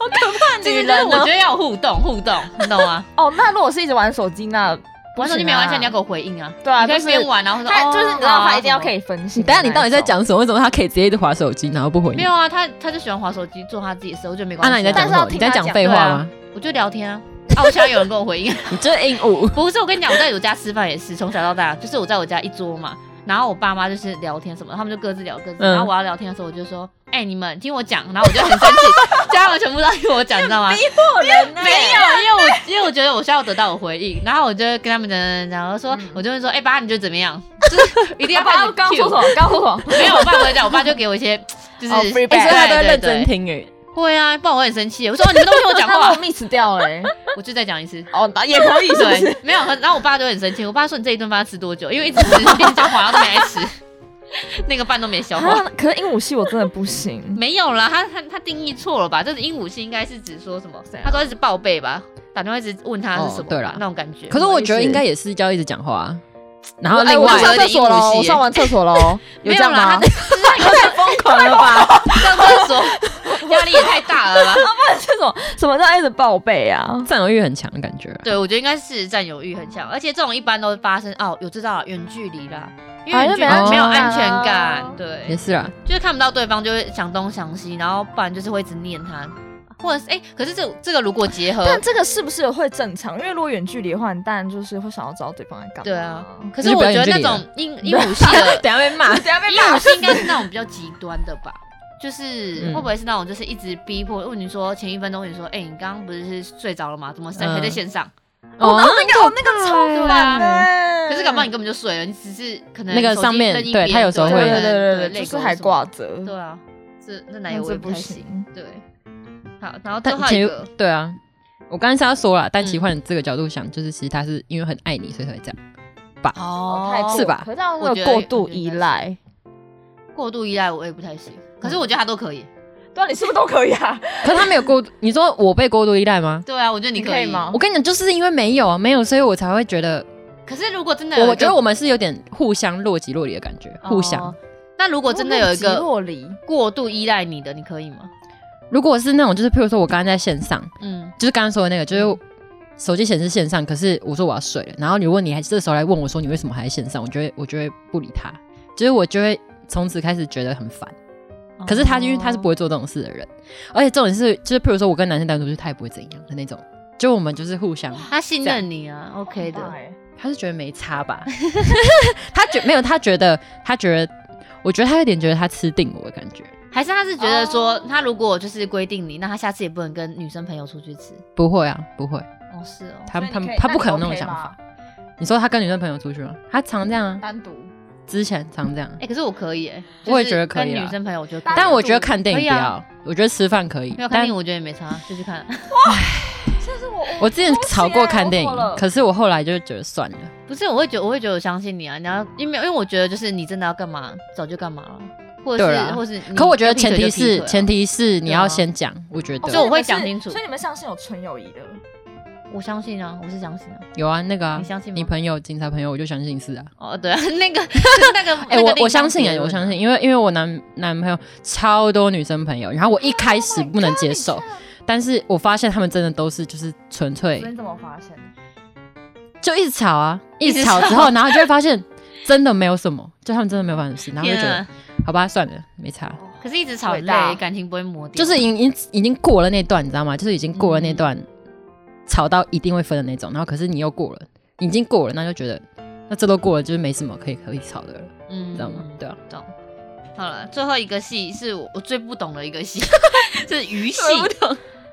[SPEAKER 1] 好可怕，就是就是我觉得要有互动互动，你懂吗？
[SPEAKER 3] 哦，那如果是一直玩手机，那不
[SPEAKER 1] 玩手机
[SPEAKER 3] 行
[SPEAKER 1] 没关系，
[SPEAKER 3] 啊
[SPEAKER 1] 你要给我回应啊。
[SPEAKER 3] 对啊
[SPEAKER 1] 你可以
[SPEAKER 3] 就是
[SPEAKER 1] 边玩，然后说：“
[SPEAKER 3] 他
[SPEAKER 1] 哦，
[SPEAKER 3] 就是你知道，他一定要
[SPEAKER 1] 以。
[SPEAKER 3] 可以分析。
[SPEAKER 2] 你等下，你到底在？讲什么？为什么他可以直接一直划手机，然后不回”你
[SPEAKER 1] 没有？啊，他他就喜欢滑手机做他自己的事，我觉得没关
[SPEAKER 2] 安
[SPEAKER 1] 系、啊。
[SPEAKER 2] 娜，你在讲什
[SPEAKER 3] 但是
[SPEAKER 2] 么
[SPEAKER 3] 要？
[SPEAKER 2] 你
[SPEAKER 3] 听
[SPEAKER 2] 在
[SPEAKER 3] 他
[SPEAKER 2] 讲
[SPEAKER 3] 讲
[SPEAKER 2] 废话
[SPEAKER 1] 对啊
[SPEAKER 2] 吗？
[SPEAKER 1] 我就聊天啊。啊，我想要有人跟我回应。
[SPEAKER 2] 你就是鹦鹉。
[SPEAKER 1] 不是，我跟你讲，我在我家吃饭也是，从小到大，就是我在我家一桌嘛，然后我爸妈就是聊天什么，他们就各自聊各自。
[SPEAKER 2] 嗯
[SPEAKER 1] 然后我要聊天的时候，我就说：“哎、你们听我讲。”然后我就很生气， 叫他们全部都听我讲，你知道吗？
[SPEAKER 2] 破人呢
[SPEAKER 1] 没有，因为我因为我觉得我需要得到我回应，然后我就会跟他们讲讲讲，我说、我就会说：“哎、爸，你觉得怎么样？”就是一定要
[SPEAKER 3] 要
[SPEAKER 1] 把
[SPEAKER 3] 他
[SPEAKER 1] 你
[SPEAKER 3] 刚刚说什么
[SPEAKER 1] cue？？
[SPEAKER 3] 刚刚说什么？
[SPEAKER 1] 没有，我爸不会讲，我爸就给我一些就是、
[SPEAKER 3] 哦，feedback
[SPEAKER 2] 哎，所以他都会
[SPEAKER 1] 对
[SPEAKER 2] 认真。
[SPEAKER 1] 对对
[SPEAKER 2] 听欸诶。
[SPEAKER 1] 会啊，不然我会很生气。我说哦你们都不听我讲
[SPEAKER 3] 那
[SPEAKER 1] 话
[SPEAKER 3] 我，miss 掉了欸。
[SPEAKER 1] 我就再讲一次。
[SPEAKER 3] 哦，那也 可以， 是不是？
[SPEAKER 1] 对，没有。然后我爸就很生气，我爸说你这一顿饭要吃多久？因为一直吃， 一直讲话，然后都没来吃，那个饭都没消化。
[SPEAKER 3] 啊，可是鹦鹉系我真的不行。
[SPEAKER 1] 没有啦，他他他定义错了吧？这是鹦鹉系应该是指说什么
[SPEAKER 3] 怎？样
[SPEAKER 1] 他说一直报备吧，打电话一直问他是什么吧、
[SPEAKER 2] 哦对啦
[SPEAKER 1] 那种感觉。
[SPEAKER 2] 可是我觉得应该也是要一直讲话啊，然后另
[SPEAKER 3] 我
[SPEAKER 2] 外
[SPEAKER 3] 哎我上厕所喽，我上完厕所 喽，有
[SPEAKER 1] 没
[SPEAKER 3] 这
[SPEAKER 1] 有
[SPEAKER 3] 样
[SPEAKER 1] 啦，
[SPEAKER 3] 吗
[SPEAKER 1] 他？
[SPEAKER 2] 太疯狂了 吧？
[SPEAKER 1] 上厕所压力也太大 了吧？
[SPEAKER 3] 这种什么叫一直报备啊？
[SPEAKER 2] 占有欲很强的感觉啊。
[SPEAKER 1] 对，我觉得应该是占有欲很强，而且这种一般都会发生哦，有知道啦远距离啦，因为
[SPEAKER 3] 啊
[SPEAKER 1] 远
[SPEAKER 3] 就
[SPEAKER 1] 距
[SPEAKER 3] 没
[SPEAKER 1] 离
[SPEAKER 2] 安
[SPEAKER 1] 没有
[SPEAKER 2] 全感
[SPEAKER 1] 安全
[SPEAKER 3] 啊
[SPEAKER 1] 感，对，
[SPEAKER 2] 也是啊啦，
[SPEAKER 1] 就是看不到对方，就会想东想西，然后不然就是会一直念他，或者是哎、可是这这个如果结合，
[SPEAKER 3] 但这个是不是会正常？因为如果远距离的话，你当然就是会想要知道对方在干嘛。
[SPEAKER 1] 对啊，可
[SPEAKER 2] 哦就是
[SPEAKER 1] 我
[SPEAKER 2] 不要
[SPEAKER 1] 觉得
[SPEAKER 2] 远距
[SPEAKER 1] 那
[SPEAKER 2] 离了
[SPEAKER 1] 种鹦鹦鹉系的
[SPEAKER 2] 等下被骂
[SPEAKER 3] 等。下被
[SPEAKER 1] 鹦鹉
[SPEAKER 3] 骂。
[SPEAKER 1] 系应该是那种比较极端的吧。就是
[SPEAKER 2] 嗯
[SPEAKER 1] 会不会是那种，就是一直逼迫问你说前一分钟你说，哎、你刚刚不是睡着了吗？怎么谁
[SPEAKER 2] 嗯
[SPEAKER 1] 还在线上？
[SPEAKER 2] 哦，
[SPEAKER 3] 那个哦那个超
[SPEAKER 1] 对
[SPEAKER 3] 烦欸
[SPEAKER 1] 啊，
[SPEAKER 3] 的。
[SPEAKER 1] 可是搞不好你根本就睡了，你只是可能
[SPEAKER 2] 那个
[SPEAKER 1] 手机
[SPEAKER 2] 上面
[SPEAKER 1] 扔一
[SPEAKER 2] 对
[SPEAKER 1] 边
[SPEAKER 2] 它有时候
[SPEAKER 3] 对
[SPEAKER 2] 会
[SPEAKER 3] 对
[SPEAKER 1] 可能
[SPEAKER 3] 对
[SPEAKER 1] 对
[SPEAKER 3] 对，
[SPEAKER 1] 泪
[SPEAKER 3] 就是
[SPEAKER 1] 沟
[SPEAKER 3] 还
[SPEAKER 1] 什么
[SPEAKER 3] 挂着。
[SPEAKER 1] 对啊，这那奶油
[SPEAKER 3] 那
[SPEAKER 1] 我也
[SPEAKER 3] 这
[SPEAKER 1] 不
[SPEAKER 3] 不
[SPEAKER 1] 太行
[SPEAKER 3] 行。
[SPEAKER 1] 对，好，然后最
[SPEAKER 2] 但
[SPEAKER 1] 后一
[SPEAKER 2] 前
[SPEAKER 1] 个嗯
[SPEAKER 2] 对啊，我刚才是要说了，但其实换这个角度想，就是其实他是因为很爱你，所以才会这样。
[SPEAKER 1] 哦
[SPEAKER 3] 太
[SPEAKER 2] 是吧
[SPEAKER 3] 可这样
[SPEAKER 1] 我
[SPEAKER 3] 会
[SPEAKER 1] 觉
[SPEAKER 3] 有
[SPEAKER 1] 得
[SPEAKER 3] 过度依赖。
[SPEAKER 1] 过度依赖我也不太行，可是我觉得他都可以。
[SPEAKER 3] 对啊，你是不是都可以 啊？
[SPEAKER 2] 可是他没有过，你说我被过度依赖吗？
[SPEAKER 1] 对啊，我觉得你
[SPEAKER 3] 你
[SPEAKER 1] 可
[SPEAKER 3] 可
[SPEAKER 1] 以
[SPEAKER 3] 以吗
[SPEAKER 2] 我跟你讲，就是因为没有啊，没有，所以我才会觉得，
[SPEAKER 1] 可是如果真的有一个，
[SPEAKER 2] 我觉得我们是有点互相若即若离的感觉，互相
[SPEAKER 1] 哦。那如果真的有一
[SPEAKER 3] 若即
[SPEAKER 1] 个
[SPEAKER 3] 若离，
[SPEAKER 1] 过度依赖你的，你可以吗？
[SPEAKER 2] 如果是那种，就是譬如说我刚刚在线上，
[SPEAKER 1] 嗯，
[SPEAKER 2] 就是刚刚说的那个，
[SPEAKER 3] 嗯
[SPEAKER 2] 就是手机显示线上，可是我说我要睡了，然后如果你还这时候来问我说你为什么还在线上，我就会我就会不理他，就是我就会从此开始觉得很烦。可是
[SPEAKER 3] 哦
[SPEAKER 2] 他因为他是不
[SPEAKER 1] 会，
[SPEAKER 2] 会做这种事的人，而且重点是，就是譬如说我跟男生单独出去，他也不会怎样的那种。就我们就是互相，
[SPEAKER 1] 他信任你啊，OK
[SPEAKER 3] 很棒
[SPEAKER 1] 的。
[SPEAKER 3] 欸
[SPEAKER 2] 他是觉得没差 吧？他觉没有，他觉得他觉得，我觉得他有点觉得他吃定我的感觉。
[SPEAKER 1] 还是他是觉得说，他如果就是规定你，那他下次也不能跟女生朋友出去吃。
[SPEAKER 2] 不会啊，不会，
[SPEAKER 1] 哦，是哦，
[SPEAKER 2] 他
[SPEAKER 3] 所以你
[SPEAKER 2] 他
[SPEAKER 3] 可以
[SPEAKER 2] 他
[SPEAKER 3] 那
[SPEAKER 2] 不
[SPEAKER 3] 你
[SPEAKER 2] 可能那种
[SPEAKER 3] OK
[SPEAKER 2] 想
[SPEAKER 3] 吗
[SPEAKER 2] 法。你说他跟女生朋友出去吗？他常这样啊，
[SPEAKER 3] 单独，
[SPEAKER 2] 之前常这样。啊
[SPEAKER 1] 哎，可是我可以哎，
[SPEAKER 2] 我也
[SPEAKER 1] 就是
[SPEAKER 2] 觉得可以
[SPEAKER 1] 跟
[SPEAKER 2] 啦
[SPEAKER 1] 女生朋友，我觉得可以，
[SPEAKER 2] 但我觉得看电影不
[SPEAKER 1] 可以
[SPEAKER 2] 要
[SPEAKER 1] 啊，
[SPEAKER 2] 我觉得吃饭可以
[SPEAKER 1] 没有，看
[SPEAKER 2] 但
[SPEAKER 1] 电影，我觉得也没差，就去看。
[SPEAKER 3] 这是我
[SPEAKER 2] 我之前吵过看电
[SPEAKER 3] 我错了
[SPEAKER 2] 影，可是我后来就觉得算了。
[SPEAKER 1] 不是，我会觉得，我会觉得我相信你啊，你要因为因为我觉得就是你真的要干嘛，早就干嘛了，或者
[SPEAKER 2] 对
[SPEAKER 1] 是
[SPEAKER 2] 啦
[SPEAKER 1] 或是你
[SPEAKER 2] 可我觉得
[SPEAKER 1] 要劈
[SPEAKER 2] 前
[SPEAKER 1] 腿就
[SPEAKER 2] 提
[SPEAKER 1] 劈腿啊，
[SPEAKER 2] 是前提是你
[SPEAKER 1] 对啊哦
[SPEAKER 2] 要先讲，我觉
[SPEAKER 1] 所以
[SPEAKER 2] 得
[SPEAKER 1] 我会讲清楚
[SPEAKER 3] 所以你们相信有纯友谊的，
[SPEAKER 1] 我相信啊，我是相信啊。
[SPEAKER 2] 有啊，那个啊
[SPEAKER 1] 你相信吗
[SPEAKER 2] 你朋友警察朋友，我就相信是啊。
[SPEAKER 1] 哦，对啊， 那个就是那个，
[SPEAKER 2] 哎、
[SPEAKER 1] 那个
[SPEAKER 2] 我
[SPEAKER 1] 另
[SPEAKER 2] 我
[SPEAKER 1] 当
[SPEAKER 2] 相信
[SPEAKER 1] 别
[SPEAKER 2] 哎、
[SPEAKER 1] 论啊
[SPEAKER 2] 我相信，因为因为我男男朋友超多女生朋友，然后我一开始不能接受
[SPEAKER 1] 啊
[SPEAKER 3] Oh my God，
[SPEAKER 2] 但是我发现他们真的都是就是纯粹
[SPEAKER 3] 所以你怎么发 现？
[SPEAKER 2] 就一直吵啊，一
[SPEAKER 1] 一
[SPEAKER 2] 直
[SPEAKER 1] 直
[SPEAKER 2] 吵之
[SPEAKER 1] 吵
[SPEAKER 2] 后，然后就会发现真的没有什么，就他们真的没有发生什么事，然后就
[SPEAKER 1] 天
[SPEAKER 2] 觉得
[SPEAKER 1] 啊，
[SPEAKER 2] 好吧，算了，没差，
[SPEAKER 1] 可是一直吵很
[SPEAKER 3] 伟大
[SPEAKER 1] 累，感情不会磨掉，
[SPEAKER 2] 就是已经已经已经过了那段，你知道吗？就是已经过了那段、吵到一定会分的那种，然后可是你又过了，已经过了，那就觉得那这都过了，就是没什么可以可以吵的了，
[SPEAKER 1] 嗯
[SPEAKER 2] 你知道吗？对啊，
[SPEAKER 1] 懂。好了，最后一个戏是我我最不懂的一个 戏，是鱼戏。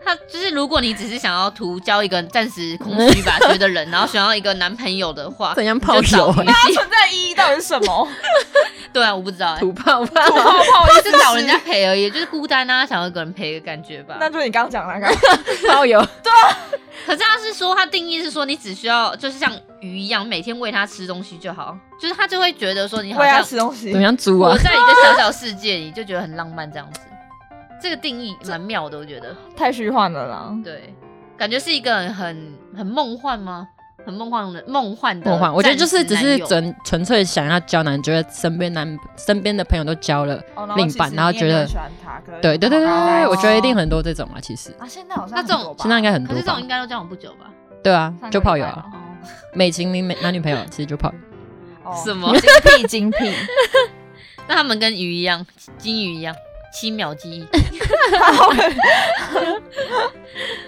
[SPEAKER 1] 他就是，如果你只是想要图交一个暂时空虚 吧觉的人，然后想要一个男朋友的话，
[SPEAKER 2] 怎样
[SPEAKER 1] 你就
[SPEAKER 2] 泡
[SPEAKER 1] 找
[SPEAKER 2] 友
[SPEAKER 1] 鱼
[SPEAKER 2] 啊
[SPEAKER 3] 它
[SPEAKER 1] 戏？
[SPEAKER 3] 存在意义到底是什 么？
[SPEAKER 1] 对啊，我不知道、欸，
[SPEAKER 2] 土泡泡。
[SPEAKER 3] 泡泡
[SPEAKER 1] 就是找人 家陪而已，就是孤单啊，想要一个人陪的感觉吧。
[SPEAKER 3] 那就是你刚刚讲那个，
[SPEAKER 2] 包邮，
[SPEAKER 1] 可是他是说，他定义是说，你只需要就是像鱼一样，每天喂它吃东西就好，就是他就会觉得说，你好
[SPEAKER 3] 喂它
[SPEAKER 1] 像
[SPEAKER 3] 吃东西
[SPEAKER 2] 怎么，样租啊
[SPEAKER 1] 活？在一个小小世界里，就觉得很浪漫这样子。这个定义蛮妙的，我觉得，
[SPEAKER 3] 太虚幻了啦。
[SPEAKER 1] 对，感觉是一个很很梦幻吗？很梦幻的梦幻的
[SPEAKER 2] 梦幻，我觉得就是只
[SPEAKER 1] 暂时
[SPEAKER 2] 是
[SPEAKER 1] 男友
[SPEAKER 2] 纯纯粹想要交男，觉得身边男身边的朋友都交了，
[SPEAKER 3] 哦
[SPEAKER 2] 另一半然后觉得
[SPEAKER 3] 喜欢他，可能
[SPEAKER 2] 对对对对
[SPEAKER 3] 哦
[SPEAKER 2] 对，我觉得一定很多这种啊，其实
[SPEAKER 3] 啊，现在好像
[SPEAKER 1] 那这种
[SPEAKER 3] 很多吧
[SPEAKER 2] 现在应该很
[SPEAKER 1] 可
[SPEAKER 2] 多
[SPEAKER 1] 是这
[SPEAKER 2] 吧
[SPEAKER 1] 种应？该都交往不久吧？
[SPEAKER 2] 对啊，就炮友
[SPEAKER 3] 上
[SPEAKER 2] 啊，
[SPEAKER 3] 个礼哦
[SPEAKER 2] 美其名美男女朋友其实就炮友，
[SPEAKER 3] 拜吧，
[SPEAKER 1] 什
[SPEAKER 3] 么
[SPEAKER 1] 么？
[SPEAKER 3] 精辟精辟，
[SPEAKER 1] 那他们跟鱼一样，金鱼一样，七秒记 忆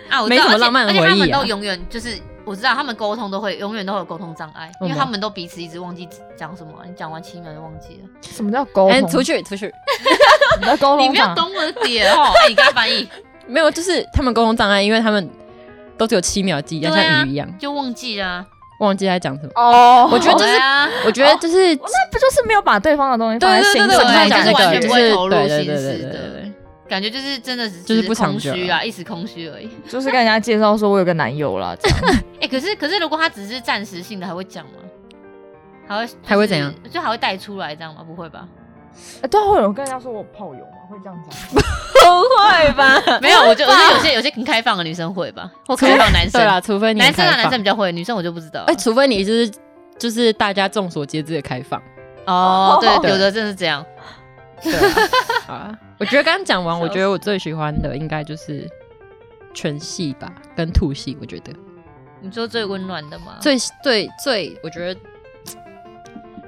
[SPEAKER 1] 啊！我知道
[SPEAKER 2] 没什么浪漫的
[SPEAKER 1] 而且而且他
[SPEAKER 2] 回
[SPEAKER 1] 们
[SPEAKER 2] 忆啊
[SPEAKER 1] 都永远就是，我知道他们沟通都会永远都会有沟通障碍，因为
[SPEAKER 2] 为什么
[SPEAKER 1] 他们都彼此一直忘记讲什么，你讲完七秒就忘记了。
[SPEAKER 3] 什么叫沟
[SPEAKER 2] 哎，
[SPEAKER 3] 通？
[SPEAKER 2] 出去出去，
[SPEAKER 3] 什么叫
[SPEAKER 2] 哦
[SPEAKER 3] 沟通？
[SPEAKER 1] 你没有懂我的 点哦，哎你给他翻译
[SPEAKER 2] 没有，就是他们沟通障碍，因为他们都只有七秒记忆，
[SPEAKER 1] 对
[SPEAKER 2] 要
[SPEAKER 1] 啊
[SPEAKER 2] 像鱼一样，
[SPEAKER 1] 就忘记啦、啊。
[SPEAKER 2] 忘记在讲什么。
[SPEAKER 3] 哦，
[SPEAKER 2] 我觉得这是
[SPEAKER 1] 对啊，
[SPEAKER 2] 我觉得就是
[SPEAKER 3] 那不就是没有把对方的东西放在
[SPEAKER 2] 对对
[SPEAKER 3] 心
[SPEAKER 2] 对对
[SPEAKER 3] 上？
[SPEAKER 2] 我刚才
[SPEAKER 1] 就
[SPEAKER 2] 讲
[SPEAKER 1] 是
[SPEAKER 2] 这个
[SPEAKER 1] 完全不会
[SPEAKER 2] 就是
[SPEAKER 1] 投入
[SPEAKER 2] 对对
[SPEAKER 1] 心
[SPEAKER 2] 对
[SPEAKER 1] 思
[SPEAKER 2] 对对
[SPEAKER 1] 的
[SPEAKER 2] 对。
[SPEAKER 1] 感觉就是真的只
[SPEAKER 2] 就是不长
[SPEAKER 1] 空
[SPEAKER 2] 久
[SPEAKER 1] 虚
[SPEAKER 2] 啊
[SPEAKER 1] 啊，一时空虚而已。
[SPEAKER 3] 就是跟人家介绍说我有个男友啦，这样
[SPEAKER 1] 哎、可是可是如果他只是暂时性的，还会讲吗？还会、就是
[SPEAKER 2] 还会怎样？
[SPEAKER 1] 就还会带出来这样吗？不会吧？
[SPEAKER 3] 哎对啊，会有人跟人家说我炮友吗？会这样讲吗？
[SPEAKER 2] 不会吧？
[SPEAKER 1] 没有，我觉得我觉得有些有些很开放的女生会吧，或
[SPEAKER 2] 除
[SPEAKER 1] 开放的男生
[SPEAKER 2] 对，啦，除非你
[SPEAKER 1] 男生啊
[SPEAKER 2] 开放
[SPEAKER 1] 男生比较会，女生我就不知道了。
[SPEAKER 2] 哎，除非你就是就是大家众所皆知的 开放。
[SPEAKER 1] 哦，对，
[SPEAKER 2] 对
[SPEAKER 1] 有的真是这样。
[SPEAKER 2] 对啊，好啊我觉得刚刚讲完，
[SPEAKER 1] 笑死
[SPEAKER 2] 我觉得我最喜欢的应该就是全系吧，跟兔系，我觉得
[SPEAKER 1] 哦你说最温暖的吗？
[SPEAKER 2] 最最最，我觉得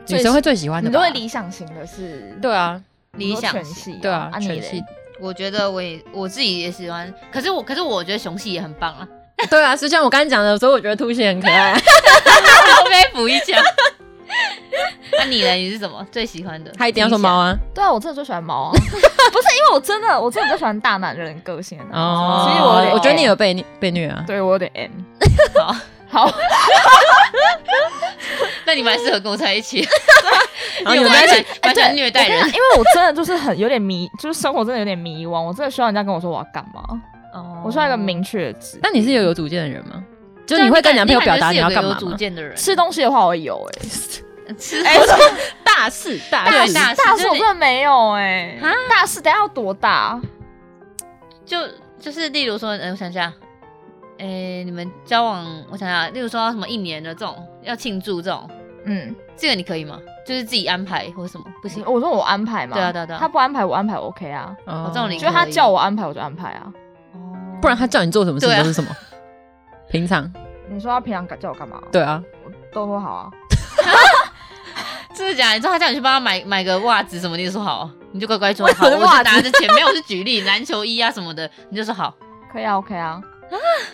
[SPEAKER 3] 最
[SPEAKER 2] 女生会最喜欢的
[SPEAKER 3] 你
[SPEAKER 2] 吧，
[SPEAKER 3] 都会理想型的是，
[SPEAKER 2] 对啊，
[SPEAKER 1] 理想
[SPEAKER 3] 全
[SPEAKER 1] 型
[SPEAKER 3] 系哦，
[SPEAKER 2] 对啊，
[SPEAKER 3] 你
[SPEAKER 2] 全
[SPEAKER 3] 嘞
[SPEAKER 2] 系，
[SPEAKER 1] 我觉得我也我自己也喜欢，可是我可是我觉得雄系也很 棒啊，
[SPEAKER 2] 对啊，就像我刚刚讲的，所以我觉得兔系很可爱。
[SPEAKER 1] 被补一枪。 那你呢？你是什么最喜欢的？
[SPEAKER 2] 他一定要说猫啊，
[SPEAKER 3] 对啊，我真的最喜欢 猫啊，不是因为我真的我真的不喜欢大男人个性的那种
[SPEAKER 2] 哦，
[SPEAKER 3] 所以我有点
[SPEAKER 2] 我觉得你有被被虐啊，
[SPEAKER 3] 对我有点 M。
[SPEAKER 1] 好，
[SPEAKER 3] 好，
[SPEAKER 1] 那你蛮适合跟我在 一起，
[SPEAKER 2] 然后你们在一起哎
[SPEAKER 1] 起，完全虐待
[SPEAKER 3] 我跟
[SPEAKER 1] 人
[SPEAKER 3] 你讲因为我真的就是很有点迷，就是生活真的有点迷惘，我真的需要人家跟我说我要干嘛。
[SPEAKER 1] 哦
[SPEAKER 3] 我需要一个明确的值。
[SPEAKER 2] 那你是有有主见的人吗？就
[SPEAKER 1] 对啊
[SPEAKER 2] 你会跟男朋友
[SPEAKER 1] 感
[SPEAKER 2] 表达
[SPEAKER 1] 你
[SPEAKER 2] 要
[SPEAKER 1] 感觉
[SPEAKER 2] 干
[SPEAKER 1] 是有
[SPEAKER 2] 嘛
[SPEAKER 1] 个有主
[SPEAKER 2] 吗？
[SPEAKER 1] 见的人，
[SPEAKER 3] 吃东西的话，我有哎、
[SPEAKER 1] 吃
[SPEAKER 3] 哎、
[SPEAKER 2] 大事
[SPEAKER 1] 大
[SPEAKER 2] 大
[SPEAKER 1] 事
[SPEAKER 2] 事，
[SPEAKER 1] 大
[SPEAKER 3] 大
[SPEAKER 1] 事
[SPEAKER 3] 事我真的没有哎、
[SPEAKER 1] 啊
[SPEAKER 3] 大事等一下要多大？
[SPEAKER 1] 就就是例如说，嗯，我想想，哎、你们交往，我想想，例如说要什么一年的这种要庆祝这种，
[SPEAKER 3] 嗯，
[SPEAKER 1] 这个你可以吗？就是自己安排或者什么不行？
[SPEAKER 3] 我说我安排嘛，
[SPEAKER 1] 对啊对啊对啊
[SPEAKER 3] 他不安排我安排我 OK 啊，
[SPEAKER 2] 哦
[SPEAKER 1] 我这种你
[SPEAKER 3] 就是他叫我安排我就安排啊。
[SPEAKER 1] 哦
[SPEAKER 2] 不然他叫你做什么事
[SPEAKER 1] 对啊
[SPEAKER 2] 都是什么？ 平常
[SPEAKER 3] 你说他平常敢叫我干嘛？
[SPEAKER 2] 对啊，
[SPEAKER 3] 都说好啊，
[SPEAKER 1] 真的假的？你知道他叫你去帮他买买个袜子什么，你就说好，啊你就乖乖说好，我
[SPEAKER 3] 我有
[SPEAKER 1] 就
[SPEAKER 3] 袜子
[SPEAKER 1] 拿着钱，没有我是举例篮球衣啊什么的，你就说好。
[SPEAKER 3] 可以啊 OK 啊。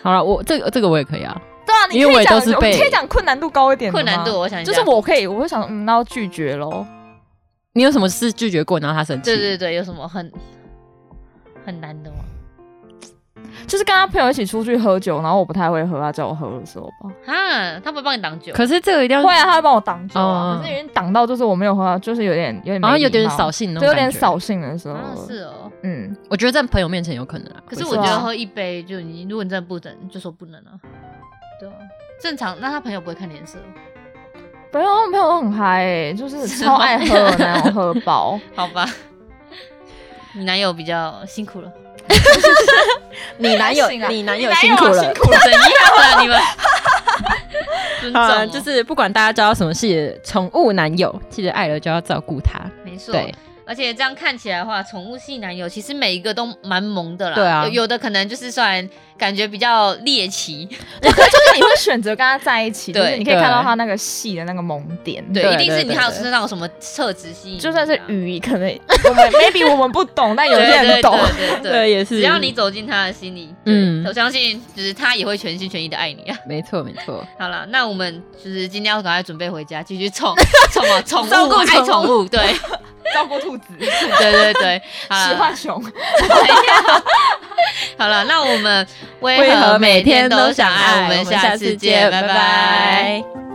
[SPEAKER 2] 好了，我这个这个我也可以啊。
[SPEAKER 3] 对啊，你
[SPEAKER 2] 因为
[SPEAKER 3] 可
[SPEAKER 2] 我
[SPEAKER 3] 以
[SPEAKER 2] 也
[SPEAKER 3] 讲，
[SPEAKER 2] 都是
[SPEAKER 3] 我
[SPEAKER 2] 被
[SPEAKER 3] 可以讲困难度高一点的
[SPEAKER 1] 困
[SPEAKER 3] 吗
[SPEAKER 1] 难度，我想一下
[SPEAKER 3] 就是，我可以，我会想，嗯，那要拒绝喽。
[SPEAKER 2] 你有什么事拒绝过，然后他生气？
[SPEAKER 1] 对对对，有什么很很难的吗？
[SPEAKER 3] 就是跟他朋友一起出去喝酒，然后我不太会喝，他叫我喝的时候吧，
[SPEAKER 1] 啊，他不会帮你挡酒，
[SPEAKER 2] 可是这个一定要，
[SPEAKER 3] 会啊，他会帮我挡酒啊，
[SPEAKER 2] 嗯嗯
[SPEAKER 3] 可是有点挡到，就是我没有喝到，就是有点有点没
[SPEAKER 2] 然后有点
[SPEAKER 3] 礼貌
[SPEAKER 2] 扫，兴那种，
[SPEAKER 3] 对，有点。扫兴的时候，
[SPEAKER 1] 啊是哦。
[SPEAKER 3] 嗯，
[SPEAKER 2] 我觉得在朋友面前有可能啊。
[SPEAKER 1] 可是
[SPEAKER 2] 不
[SPEAKER 1] 我觉
[SPEAKER 3] 是
[SPEAKER 1] 得
[SPEAKER 3] 啊
[SPEAKER 1] 喝一杯就你，如果你真的不能，你就说不能啊。对啊，正常。那他朋友不会看脸色，
[SPEAKER 3] 朋友朋友都很嗨、欸，就是
[SPEAKER 1] 是
[SPEAKER 3] 超
[SPEAKER 1] 吗
[SPEAKER 3] 爱喝的那种喝 饱，
[SPEAKER 1] 好吧？你男友比较辛苦 了，
[SPEAKER 2] 你男
[SPEAKER 3] 友行啊你
[SPEAKER 2] 男
[SPEAKER 3] 友辛苦了
[SPEAKER 1] 苦了，怎样了 你们？尊重
[SPEAKER 2] 啊好
[SPEAKER 1] 哦
[SPEAKER 2] 了，呃就是不管大家交到什么事，宠物男友记得爱了就要照顾他。
[SPEAKER 1] 没错。
[SPEAKER 2] 对，
[SPEAKER 1] 而且这样看起来的话，宠物系男友其实每一个都蛮萌的啦。
[SPEAKER 2] 对啊
[SPEAKER 1] 有有的可能就是虽然感觉比较猎奇，
[SPEAKER 3] 对，就是你会选择跟他在一起，就是
[SPEAKER 1] 对
[SPEAKER 3] 你可以看到
[SPEAKER 2] 对
[SPEAKER 3] 他那个戏的那个萌点，
[SPEAKER 1] 对，嗯
[SPEAKER 2] 对
[SPEAKER 1] 一定是你
[SPEAKER 2] 对
[SPEAKER 1] 他有
[SPEAKER 2] 对
[SPEAKER 1] 身上有什么特质吸引你啊，
[SPEAKER 3] 就算是鱼，可能我们 maybe 我们不懂，但有
[SPEAKER 1] 对，
[SPEAKER 3] 些人懂。
[SPEAKER 1] 对 对对对，
[SPEAKER 2] 也是
[SPEAKER 1] 只要你走进他的心里，
[SPEAKER 2] 嗯
[SPEAKER 1] 嗯，我相信就是他也会全心全意的爱你啊。
[SPEAKER 2] 没错没错，
[SPEAKER 1] 好了，那我们就是今天要赶快准备回家，继续宠宠啊宠物，
[SPEAKER 3] 照顾
[SPEAKER 1] 爱
[SPEAKER 3] 宠
[SPEAKER 1] 宠物，对
[SPEAKER 3] 照顾兔子，
[SPEAKER 1] 对对对， 好
[SPEAKER 3] 喜
[SPEAKER 1] 了，
[SPEAKER 3] 欢熊，
[SPEAKER 1] 好了，那我们
[SPEAKER 2] 为何每
[SPEAKER 1] 每
[SPEAKER 2] 天都
[SPEAKER 1] 都
[SPEAKER 2] 想
[SPEAKER 1] 想爱？
[SPEAKER 2] 爱？
[SPEAKER 1] 我
[SPEAKER 2] 我
[SPEAKER 1] 们
[SPEAKER 2] 们
[SPEAKER 1] 下
[SPEAKER 2] 下
[SPEAKER 1] 次
[SPEAKER 2] 次
[SPEAKER 1] 见，
[SPEAKER 2] 见，
[SPEAKER 1] 拜
[SPEAKER 2] 拜
[SPEAKER 1] 拜
[SPEAKER 2] 拜。